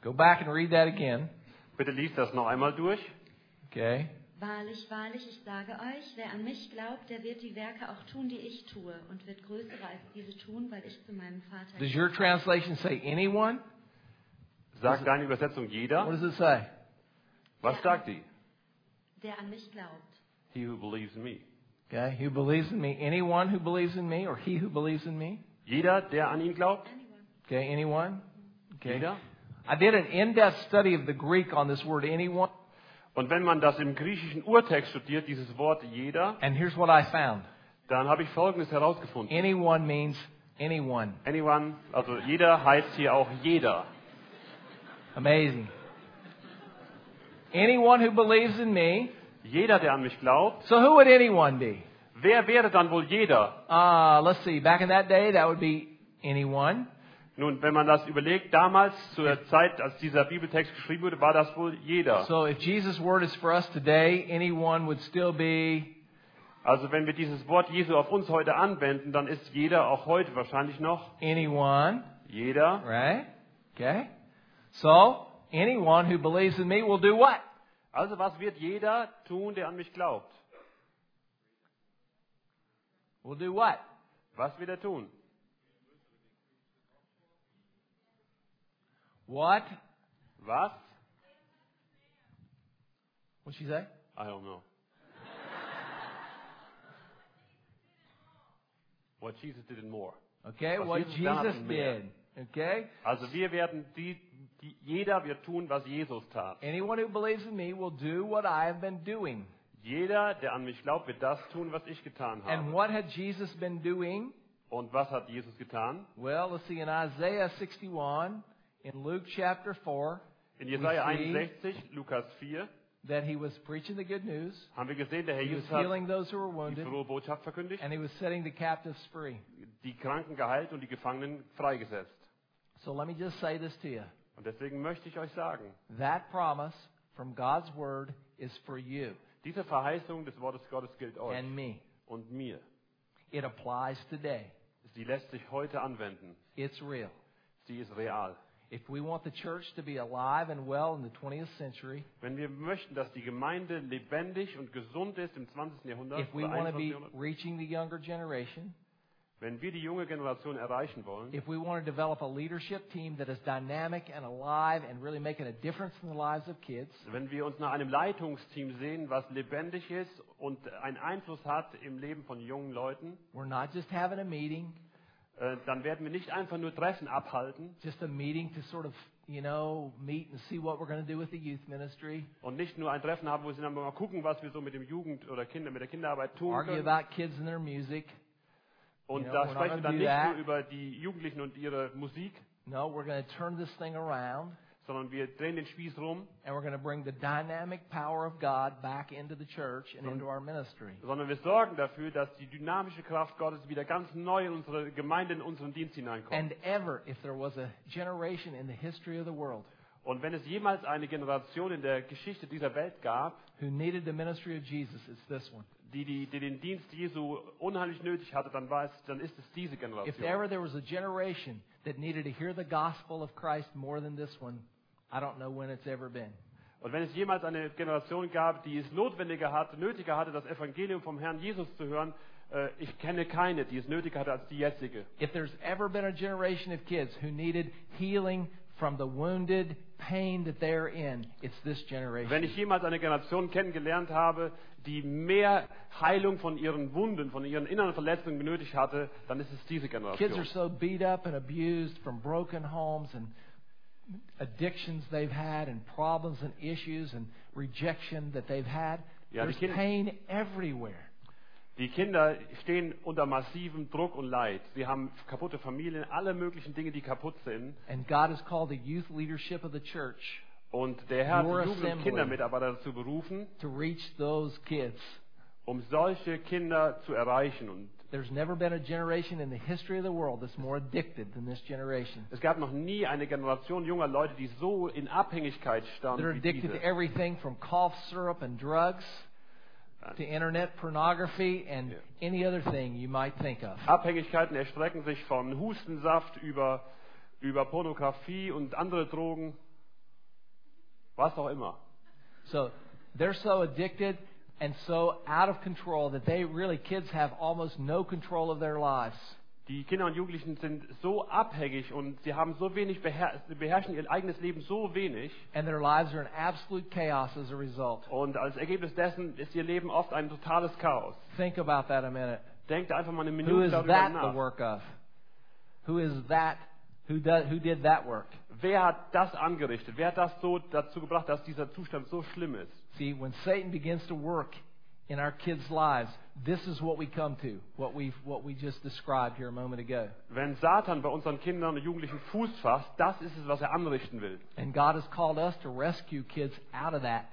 A: Go back and read that again.
B: Bitte lies das noch einmal durch.
A: Okay.
F: Wahrlich, wahrlich, ich sage euch, wer an mich glaubt, der wird die Werke auch tun, die ich tue, und wird größere als diese tun, weil ich zu meinem Vater
A: Does
F: gehe.
A: your translation say anyone?
B: Sagt deine Übersetzung
A: What
B: jeder.
A: does it say?
B: Was sagt die?
F: Der an mich glaubt.
B: He who believes in me.
A: Okay, who believes in me? Anyone who believes in me or he who believes in me?
B: Jeder, der an ihn glaubt.
F: Anyone.
A: Okay, anyone? Okay.
B: Jeder.
A: I did an in-depth study of the Greek on this word anyone,
B: Und wenn man das im griechischen Urtext studiert, dieses Wort jeder,
A: and here's what I found.
B: dann habe ich Folgendes herausgefunden.
A: Anyone means anyone.
B: Anyone, also jeder heißt hier auch jeder.
A: Amazing. Anyone who believes in me.
B: Jeder, der an mich glaubt.
A: So who would anyone be?
B: Wer wäre dann wohl jeder?
A: Uh, let's see. Back in that day, that would be anyone.
B: Nun, wenn man das überlegt, damals zur Zeit, als dieser Bibeltext geschrieben wurde, war das wohl jeder.
A: So if Jesus' word is for us today, anyone would still be
B: Also wenn wir dieses Wort Jesu auf uns heute anwenden, dann ist jeder auch heute wahrscheinlich noch
A: anyone,
B: jeder.
A: right? Okay. So anyone who believes in me will do what?
B: Also was wird jeder tun, der an mich glaubt?
A: Will do what?
B: Was wird er tun?
A: What?
B: Was?
A: What'd she say?
B: I don't know. What Jesus did and more.
A: Okay,
B: Was
A: what
B: Jesus done
A: Jesus
B: and mehr.
A: did. Okay?
B: Also wir werden die, die jeder wird tun, was Jesus tat.
A: Anyone who believes in me will do what I have been doing.
B: Jeder, der an mich glaubt, wird das tun, was ich getan
A: And
B: habe.
A: what had Jesus been doing?
B: Und was hat Jesus getan?
A: Well, let's see, in Isaiah 61, in Luke chapter 4,
B: In
A: we
B: Jesaja
A: see
B: 61, Lukas 4,
A: that he was preaching the good news,
B: haben wir gesehen, der Herr
A: he was
B: Jesus hat
A: healing those who were
B: die
A: wounded,
B: frohe Botschaft verkündigt,
A: and he was setting the captives free.
B: die Kranken geheilt und die Gefangenen freigesetzt.
A: So let me just say this to you.
B: Und deswegen möchte ich euch sagen,
A: That promise from God's word is for you
B: diese Verheißung des Wortes Gottes gilt euch
A: and me.
B: und mir.
A: It applies today.
B: Sie lässt sich heute anwenden.
A: It's real.
B: Sie ist real.
A: If we want the church to be alive and well in the 20th century,
B: Wenn wir möchten, dass die Gemeinde lebendig und gesund ist im 20. Jahrhundert,
A: if we
B: oder
A: want to
B: 21.
A: be
B: Jahrhundert,
A: reaching the younger generation,
B: wenn wir die junge Generation erreichen wollen,
A: if we want to develop a leadership team that is dynamic and alive and really making a difference in the lives of kids,
B: wenn wir uns nach einem Leitungsteam sehen, was lebendig ist und einen Einfluss hat im Leben von jungen Leuten,
A: we're not just having a meeting,
B: äh, dann werden wir nicht einfach nur Treffen abhalten
A: just a meeting to sort of, you know, meet and see what we're going to do with the youth ministry,
B: und nicht nur ein Treffen haben, wo sie dann mal gucken, was wir so mit dem Jugend oder Kinder, mit der Kinderarbeit tun
A: argue
B: können.
A: about kids and their music.
B: Und
A: you know,
B: da
A: we're not
B: sprechen wir
A: gonna
B: dann
A: do
B: nicht
A: that.
B: nur über die Jugendlichen und ihre Musik,
A: No, we're going to turn this thing around
B: sondern wir drehen den Spieß rum,
A: and we're going to bring the dynamic power of God back into the church and into our ministry.
B: sondern wir sorgen dafür, dass die dynamische Kraft Gottes wieder ganz neu in unsere Gemeinde, in unseren Dienst hineinkommt.
A: And ever, if there was a generation in the history of the world
B: und wenn es jemals eine Generation in der Geschichte dieser Welt gab,
A: who needed the ministry of Jesus, it's this one.
B: die, die, die den Dienst Jesu unheimlich nötig hatte, dann, war es, dann ist es diese Generation.
A: If ever there was a generation that needed to hear the gospel of Christ more than this one, I don't know when it's ever been.
B: Und wenn es jemals eine Generation gab, die es notwendiger hatte, nötiger hatte, das Evangelium vom Herrn Jesus zu hören, äh, ich kenne keine, die es nötiger hatte als die jetzige.
A: If there's ever been a generation of kids who needed healing from the wounded pain that they're in, it's this
B: Wenn
A: generation.
B: ich jemals eine Generation kennengelernt habe, die mehr Heilung von ihren Wunden, von ihren inneren Verletzungen benötigt hatte, dann ist es diese
A: Kids are
B: Generation.
A: so beat up and abused from broken homes and addictions they've had and problems and issues and rejection that they've had.
B: Ja, die
A: There's
B: Kinder-
A: pain everywhere.
B: Die Kinder stehen unter massivem Druck und Leid. Sie haben kaputte Familien, alle möglichen Dinge, die kaputt sind.
A: And God has called the youth leadership of the church
B: Und der Herr
A: Your
B: hat die Jugend- und
A: assembly.
B: Kindermitarbeiter dazu berufen,
A: to reach those kids.
B: um solche Kinder zu erreichen. Und
A: There's never been a generation in the history of the world that's more addicted than this generation.
B: es gab noch nie eine Generation junger Leute, die so in Abhängigkeit
A: They're
B: standen wie
A: addicted to
B: diese.
A: everything from cough syrup and drugs to internet pornography and
B: Yeah.
A: any other thing you might think of.
B: Abhängigkeiten erstrecken sich von Hustensaft über, über Pornografie und andere Drogen, was auch immer.
A: So they're so addicted and so out of control that they really, kids have almost no control of their lives.
B: Die Kinder und Jugendlichen sind so abhängig und sie haben so wenig beher sie beherrschen ihr eigenes Leben so wenig
A: And their lives are in absolute chaos as a result.
B: und als Ergebnis dessen ist ihr Leben oft ein totales Chaos.
A: Think about that a minute.
B: Denkt einfach mal eine
A: Who
B: Minute
A: is
B: darüber
A: that the
B: nach.
A: work of? Who is that? Who, does, who did that work?
B: Wer hat das angerichtet? Wer hat das so dazu gebracht, dass dieser Zustand so schlimm ist?
A: See, when Satan begins to work in our kids' lives, this is what we come to, what, we've, what we just described here a moment ago.
B: Wenn Satan bei unseren Kindern und Jugendlichen Fuß fasst, das ist es, was er anrichten will.
A: And God has called us to rescue kids out of that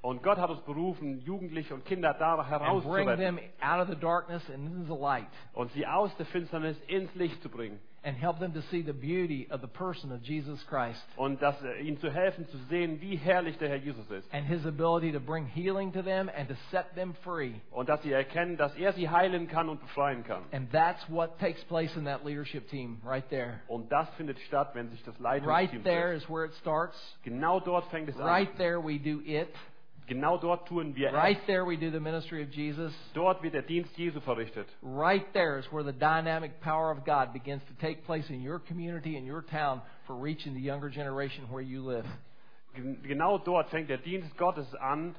B: Und Gott hat uns berufen, Jugendliche und Kinder da
A: and bring
B: herauszuretten
A: them out of the darkness and into the light
B: und sie aus der Finsternis ins Licht zu bringen
A: and help them to see the beauty of the person of Jesus Christ
B: und dass äh, ihnen zu helfen, zu sehen, wie herrlich der Herr Jesus ist
A: and his ability to bring healing to them and to set them free.
B: und dass sie erkennen, dass er sie heilen kann und befreien kann.
A: And that's what takes place in that leadership team right there.
B: Und das findet statt, wenn sich das Leitungsteam
A: Right there
B: trifft.
A: is where it starts.
B: Genau dort fängt es an.
A: Right there we do it.
B: Genau dort tun wir
A: Right
B: es.
A: there we do the ministry of Jesus.
B: Dort wird der Dienst Jesu verrichtet.
A: Right there is where the dynamic power of God begins to take place in your community, in your town, for reaching the younger generation where you live.
B: Gen- Genau dort fängt der Dienst Gottes an,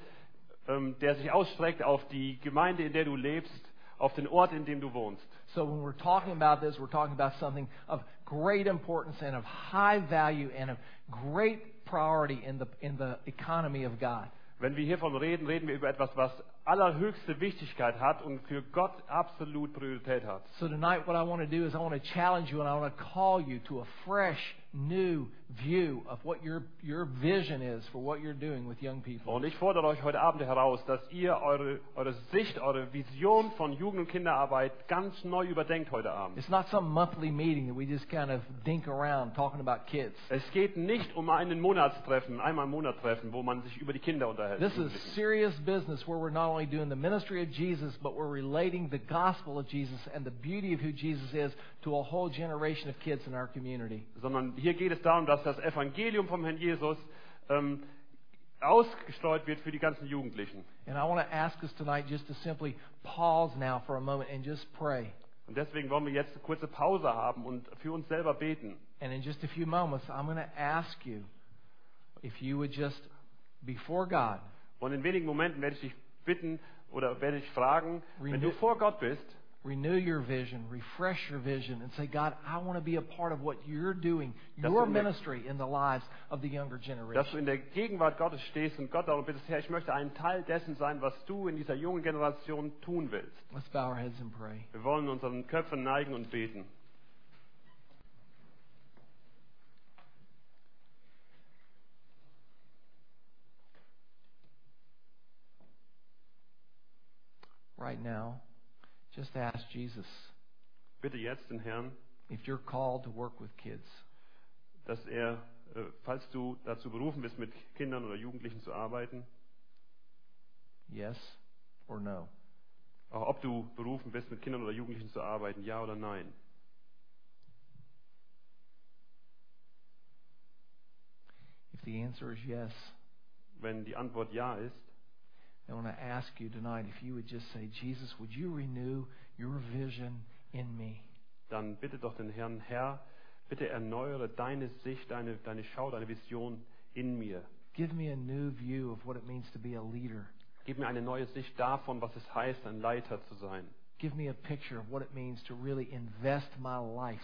B: ähm, der sich ausstreckt auf die Gemeinde, in der du lebst, auf den Ort, in dem du wohnst.
A: So when we're talking about this, we're talking about something of great importance and of high value and of great priority in the, in the economy of God.
B: Wenn wir hiervon reden, reden wir über etwas, was allerhöchste Wichtigkeit hat und für Gott absolut Priorität hat.
A: So tonight what I want to do is I want to challenge you and I want to call you to a fresh, new view of what your, your vision is for what you're doing with young people.
B: Und ich fordere euch heute Abend heraus, dass ihr eure, eure Sicht, eure Vision von Jugend- und Kinderarbeit ganz neu überdenkt heute Abend.
A: It's not some monthly meeting that we just kind of dink around talking about kids.
B: Es geht nicht um einen Monatstreffen, einmal im Monat treffen, wo man sich über die Kinder unterhält.
A: This is serious business where we're not only doing the ministry of Jesus, but we're relating the gospel of Jesus and the beauty of who Jesus is to a whole generation of kids in our community.
B: Sondern hier geht es darum, dass das Evangelium vom Herrn Jesus ähm, ausgestreut wird für die ganzen Jugendlichen.
A: And I want to ask us tonight just to simply pause now for a moment and just pray.
B: Und deswegen wollen wir jetzt eine kurze Pause haben und für uns selber beten.
A: And in just a few moments, I'm going to ask you if you would just, before God,
B: Und in wenigen Momenten werde ich dich bitten oder werde ich fragen, wenn
A: Renew-
B: du vor Gott bist,
A: renew your vision, refresh your vision, and say, God, I want to be a part of what you're doing,
B: That's
A: your
B: what makes-
A: ministry in the lives of the younger
B: dass
A: generation.
B: du in der Gegenwart Gottes stehst und Gott darum bittest, Herr, ich möchte ein Teil dessen sein, was du in dieser jungen Generation tun willst.
A: Let's bow our heads and pray.
B: Wir wollen unseren Köpfen neigen und beten.
A: right now, just ask Jesus
B: Bitte jetzt den Herrn,
A: if you're called to work with kids,
B: dass er, äh, falls du dazu berufen bist, mit Kindern oder Jugendlichen zu arbeiten,
A: yes or no.
B: auch äh, ob du berufen bist, mit Kindern oder Jugendlichen zu arbeiten, ja oder nein.
A: If the answer is yes,
B: Wenn die Antwort ja ist,
A: I want to ask you tonight if you would just say, Jesus, would you renew your vision in me?
B: dann bitte doch den Herrn, Herr, bitte erneuere deine Sicht, deine, deine Schau, deine Vision in mir.
A: Give me a new view of what it means to be a leader.
B: Gib mir eine neue Sicht davon, was es heißt, ein Leiter zu sein.
A: Give me a picture of what it means to really invest my life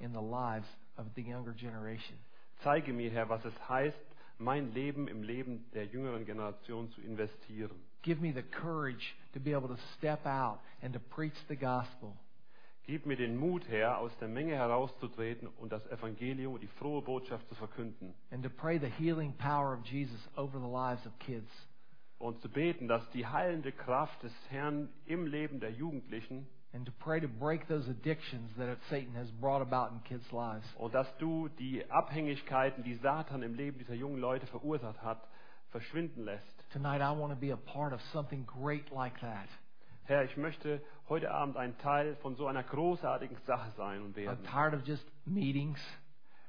A: in the lives of the younger generation.
B: Zeige mir, Herr, was es heißt, mein Leben im Leben der jüngeren Generation zu investieren.
A: Give me the courage to be able to step out and to preach the gospel.
B: Gib mir den Mut, Herr, aus der Menge herauszutreten und das Evangelium, die frohe Botschaft zu verkünden
A: and to pray the healing power of Jesus over the lives of kids.
B: und zu beten, dass die heilende Kraft des Herrn im Leben der Jugendlichen
A: And to pray to break those addictions that Satan has brought about in kids' lives.
B: und dass du die Abhängigkeiten, die Satan im Leben dieser jungen Leute verursacht hat, verschwinden lässt.
A: Tonight, I want to be a part of something great like that.
B: Herr, ich möchte heute Abend ein Teil von so einer großartigen Sache sein und
A: I'm
B: werden.
A: tired of just meetings.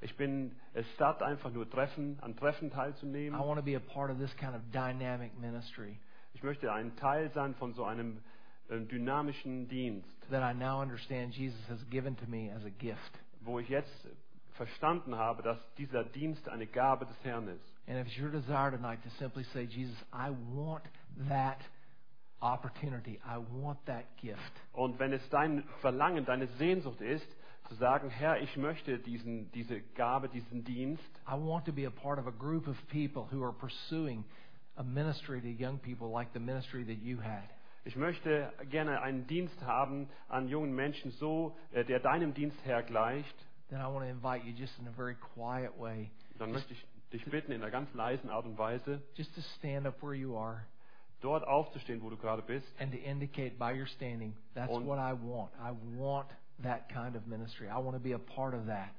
B: Ich bin es satt, einfach nur Treffen, an Treffen
A: I
B: teilzunehmen.
A: want to be a part of this kind of dynamic ministry
B: Ich möchte ein Teil sein von so einem ähm, dynamischen Dienst,
A: that I now understand Jesus has given to me as a gift.
B: wo ich jetzt verstanden habe, dass dieser Dienst eine Gabe des Herrn ist.
A: And if it's your desire tonight to simply say, Jesus, I want that opportunity, I want that gift,
B: Und wenn es dein Verlangen, deine Sehnsucht ist, zu sagen, Herr, ich möchte diesen, diese Gabe, diesen Dienst,
A: I want to be a part of a group of people who are pursuing a ministry to young people like the ministry that you had.
B: ich möchte gerne einen Dienst haben an jungen Menschen, so äh, der deinem Dienst Herr gleicht,
A: Then I want to invite you just in a very quiet way,
B: dann möchte ich dich bitten, in einer ganz leisen Art und Weise
A: just to stand up where you are
B: dort aufzustehen, wo du gerade bist.
A: and to indicate by your standing, that's
B: On-
A: what I want. I want that kind of ministry. I want to be a part of that.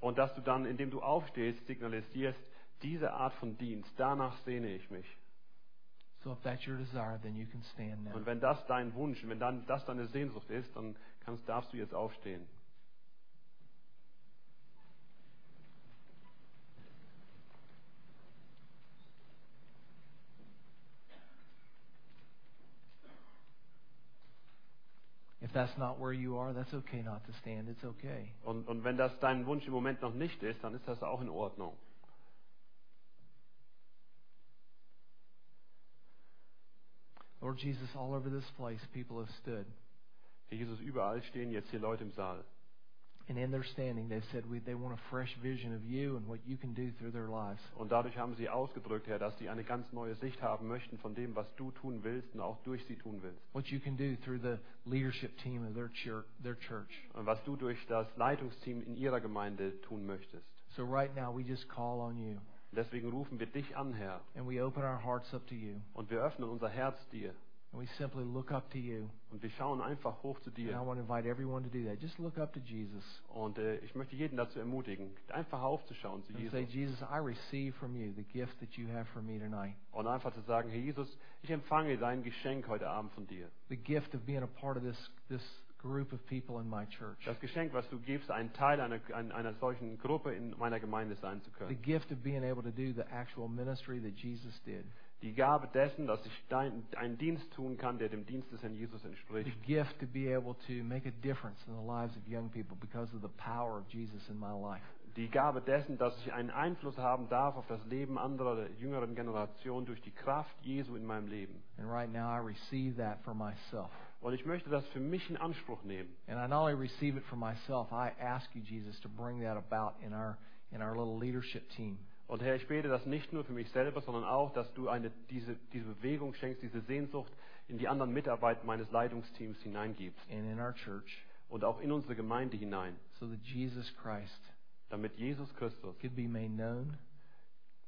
B: Und dass du dann, indem du aufstehst, signalisierst, diese Art von Dienst, danach sehne ich mich.
A: So if that's your desire, then you can stand now.
B: Und wenn das dein Wunsch, wenn dann das deine Sehnsucht ist, dann kannst, darfst du jetzt aufstehen.
A: If that's not where you are, that's okay not to stand. It's okay.
B: Und, und wenn das dein Wunsch im Moment noch nicht ist, dann ist das auch in Ordnung.
A: Lord Jesus, all over this place, people have stood.
B: Herr Jesus, überall stehen jetzt hier Leute im Saal.
A: And in their standing, they've said we, they want a fresh vision of you and what you can do through their lives.
B: Und dadurch haben sie ausgedrückt, Herr, dass sie eine ganz neue Sicht haben möchten von dem, was du tun willst und auch durch sie tun willst.
A: What you can do through the leadership team of their church, their church.
B: Und was du durch das Leitungsteam in ihrer Gemeinde tun möchtest.
A: So right now, we just call on you
B: Deswegen rufen wir dich an, Herr.
A: and we open our hearts up to you
B: Und wir öffnen unser Herz dir.
A: and we simply look up to you.
B: Und wir schauen einfach hoch zu
A: And I
B: dir.
A: want to invite everyone to do that. Just look up to Jesus
B: Und äh, ich möchte jeden dazu ermutigen, einfach aufzuschauen zu
A: and say,
B: Jesus.
A: Jesus, I receive from you the gift that you have for me tonight.
B: Und einfach zu sagen, Herr Jesus, ich empfange dein Geschenk heute Abend von dir.
A: The gift of being a part of this, this group of people in my church.
B: Das Geschenk, was du gibst, ein Teil einer, ein- einer solchen Gruppe in meiner Gemeinde sein zu
A: The
B: können.
A: gift of being able to do the actual ministry that Jesus did.
B: Die Gabe dessen, dass ich dein, einen Dienst tun kann, der dem Dienst des Herrn Jesus
A: the
B: entspricht.
A: gift to be able to make a difference in the lives of young people because of the power of Jesus in my life.
B: Die Gabe dessen, dass ich einen Einfluss haben darf auf das Leben anderer der jüngeren Generation durch die Kraft Jesu in meinem Leben.
A: And right now I receive that for myself.
B: Und ich möchte das für mich in Anspruch nehmen.
A: And I not only receive it for myself, I ask you, Jesus, to bring that about in our in our little leadership team.
B: Und Herr, ich bete das nicht nur für mich selber, sondern auch, dass du eine, diese, diese Bewegung schenkst, diese Sehnsucht in die anderen Mitarbeit meines Leitungsteams hineingibst
A: and in our church
B: und auch in unsere Gemeinde hinein,
A: so that Jesus Christ
B: damit Jesus Christus
A: could be made known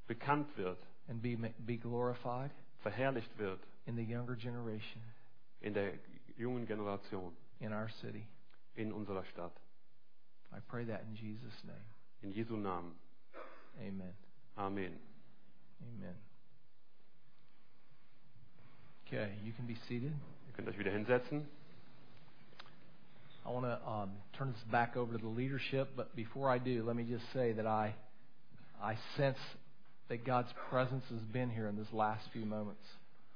B: bekannt wird,
A: and be be glorified
B: verherrlicht wird
A: in the younger generation
B: in der jungen Generation,
A: in our city.
B: in unserer Stadt.
A: I pray that in Jesus name.
B: In Jesu Namen.
A: Amen.
B: Amen.
A: Amen. Okay, you can be seated.
B: Ihr könnt euch wieder hinsetzen.
A: I want to um, turn this back over to the leadership, but before I do, let me just say that I, I sense that God's presence has been here in this last few moments.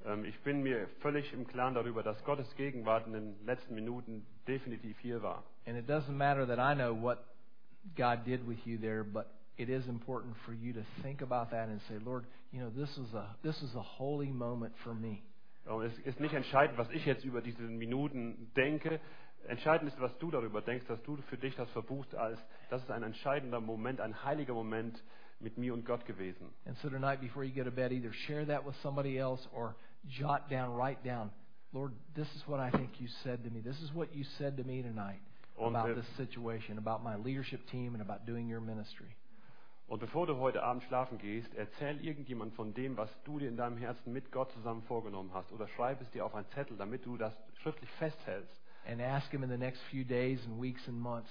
B: Ähm, ich bin mir völlig im Klaren darüber, dass Gottes Gegenwart in den letzten Minuten definitiv hier war.
A: And it doesn't matter that I know what God did with you there, but it is important for you to think about that and say, Lord, you know, this is a this is a holy moment for me.
B: Ähm, Es ist nicht entscheidend, was ich jetzt über diese Minuten denke. Entscheidend ist, was du darüber denkst, dass du für dich das verbuchst als, das ist ein entscheidender Moment, ein heiliger Moment mit mir und Gott gewesen.
A: And so tonight before you go to bed, either share that with somebody else or jot down, write down, Lord, this is what I think you said to me. This is what you said to me tonight
B: Und,
A: about
B: äh,
A: this situation, about my leadership team and about doing your ministry.
B: Und bevor du heute Abend schlafen gehst, erzähl irgendjemand von dem, was du dir in deinem Herzen mit Gott zusammen vorgenommen hast. Oder schreib es dir auf einen Zettel, damit du das schriftlich festhältst.
A: And ask him in the next few days and weeks and months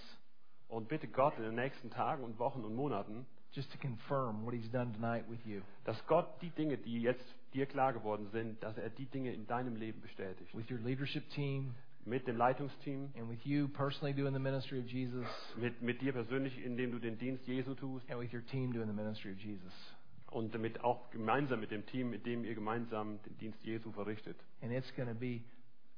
B: Und bitte Gott in den nächsten Tagen und Wochen und Monaten,
A: just to confirm what he's done tonight with you,
B: dass Gott die Dinge, die jetzt dir klar geworden sind, dass er die Dinge in deinem Leben bestätigt.
A: with your leadership team,
B: Mit dem Leitungsteam,
A: and with you personally doing the ministry of Jesus,
B: mit, mit dir persönlich, indem du den Dienst Jesu tust
A: and with your team doing the ministry of Jesus.
B: und damit auch gemeinsam mit dem Team, mit dem ihr gemeinsam den Dienst Jesu verrichtet.
A: And it's going to be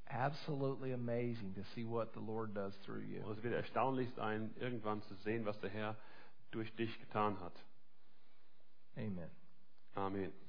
A: absolutely amazing to see what the Lord does through you.
B: Und es wird erstaunlich sein, irgendwann zu sehen, was der Herr durch dich getan hat.
A: Amen.
B: Amen.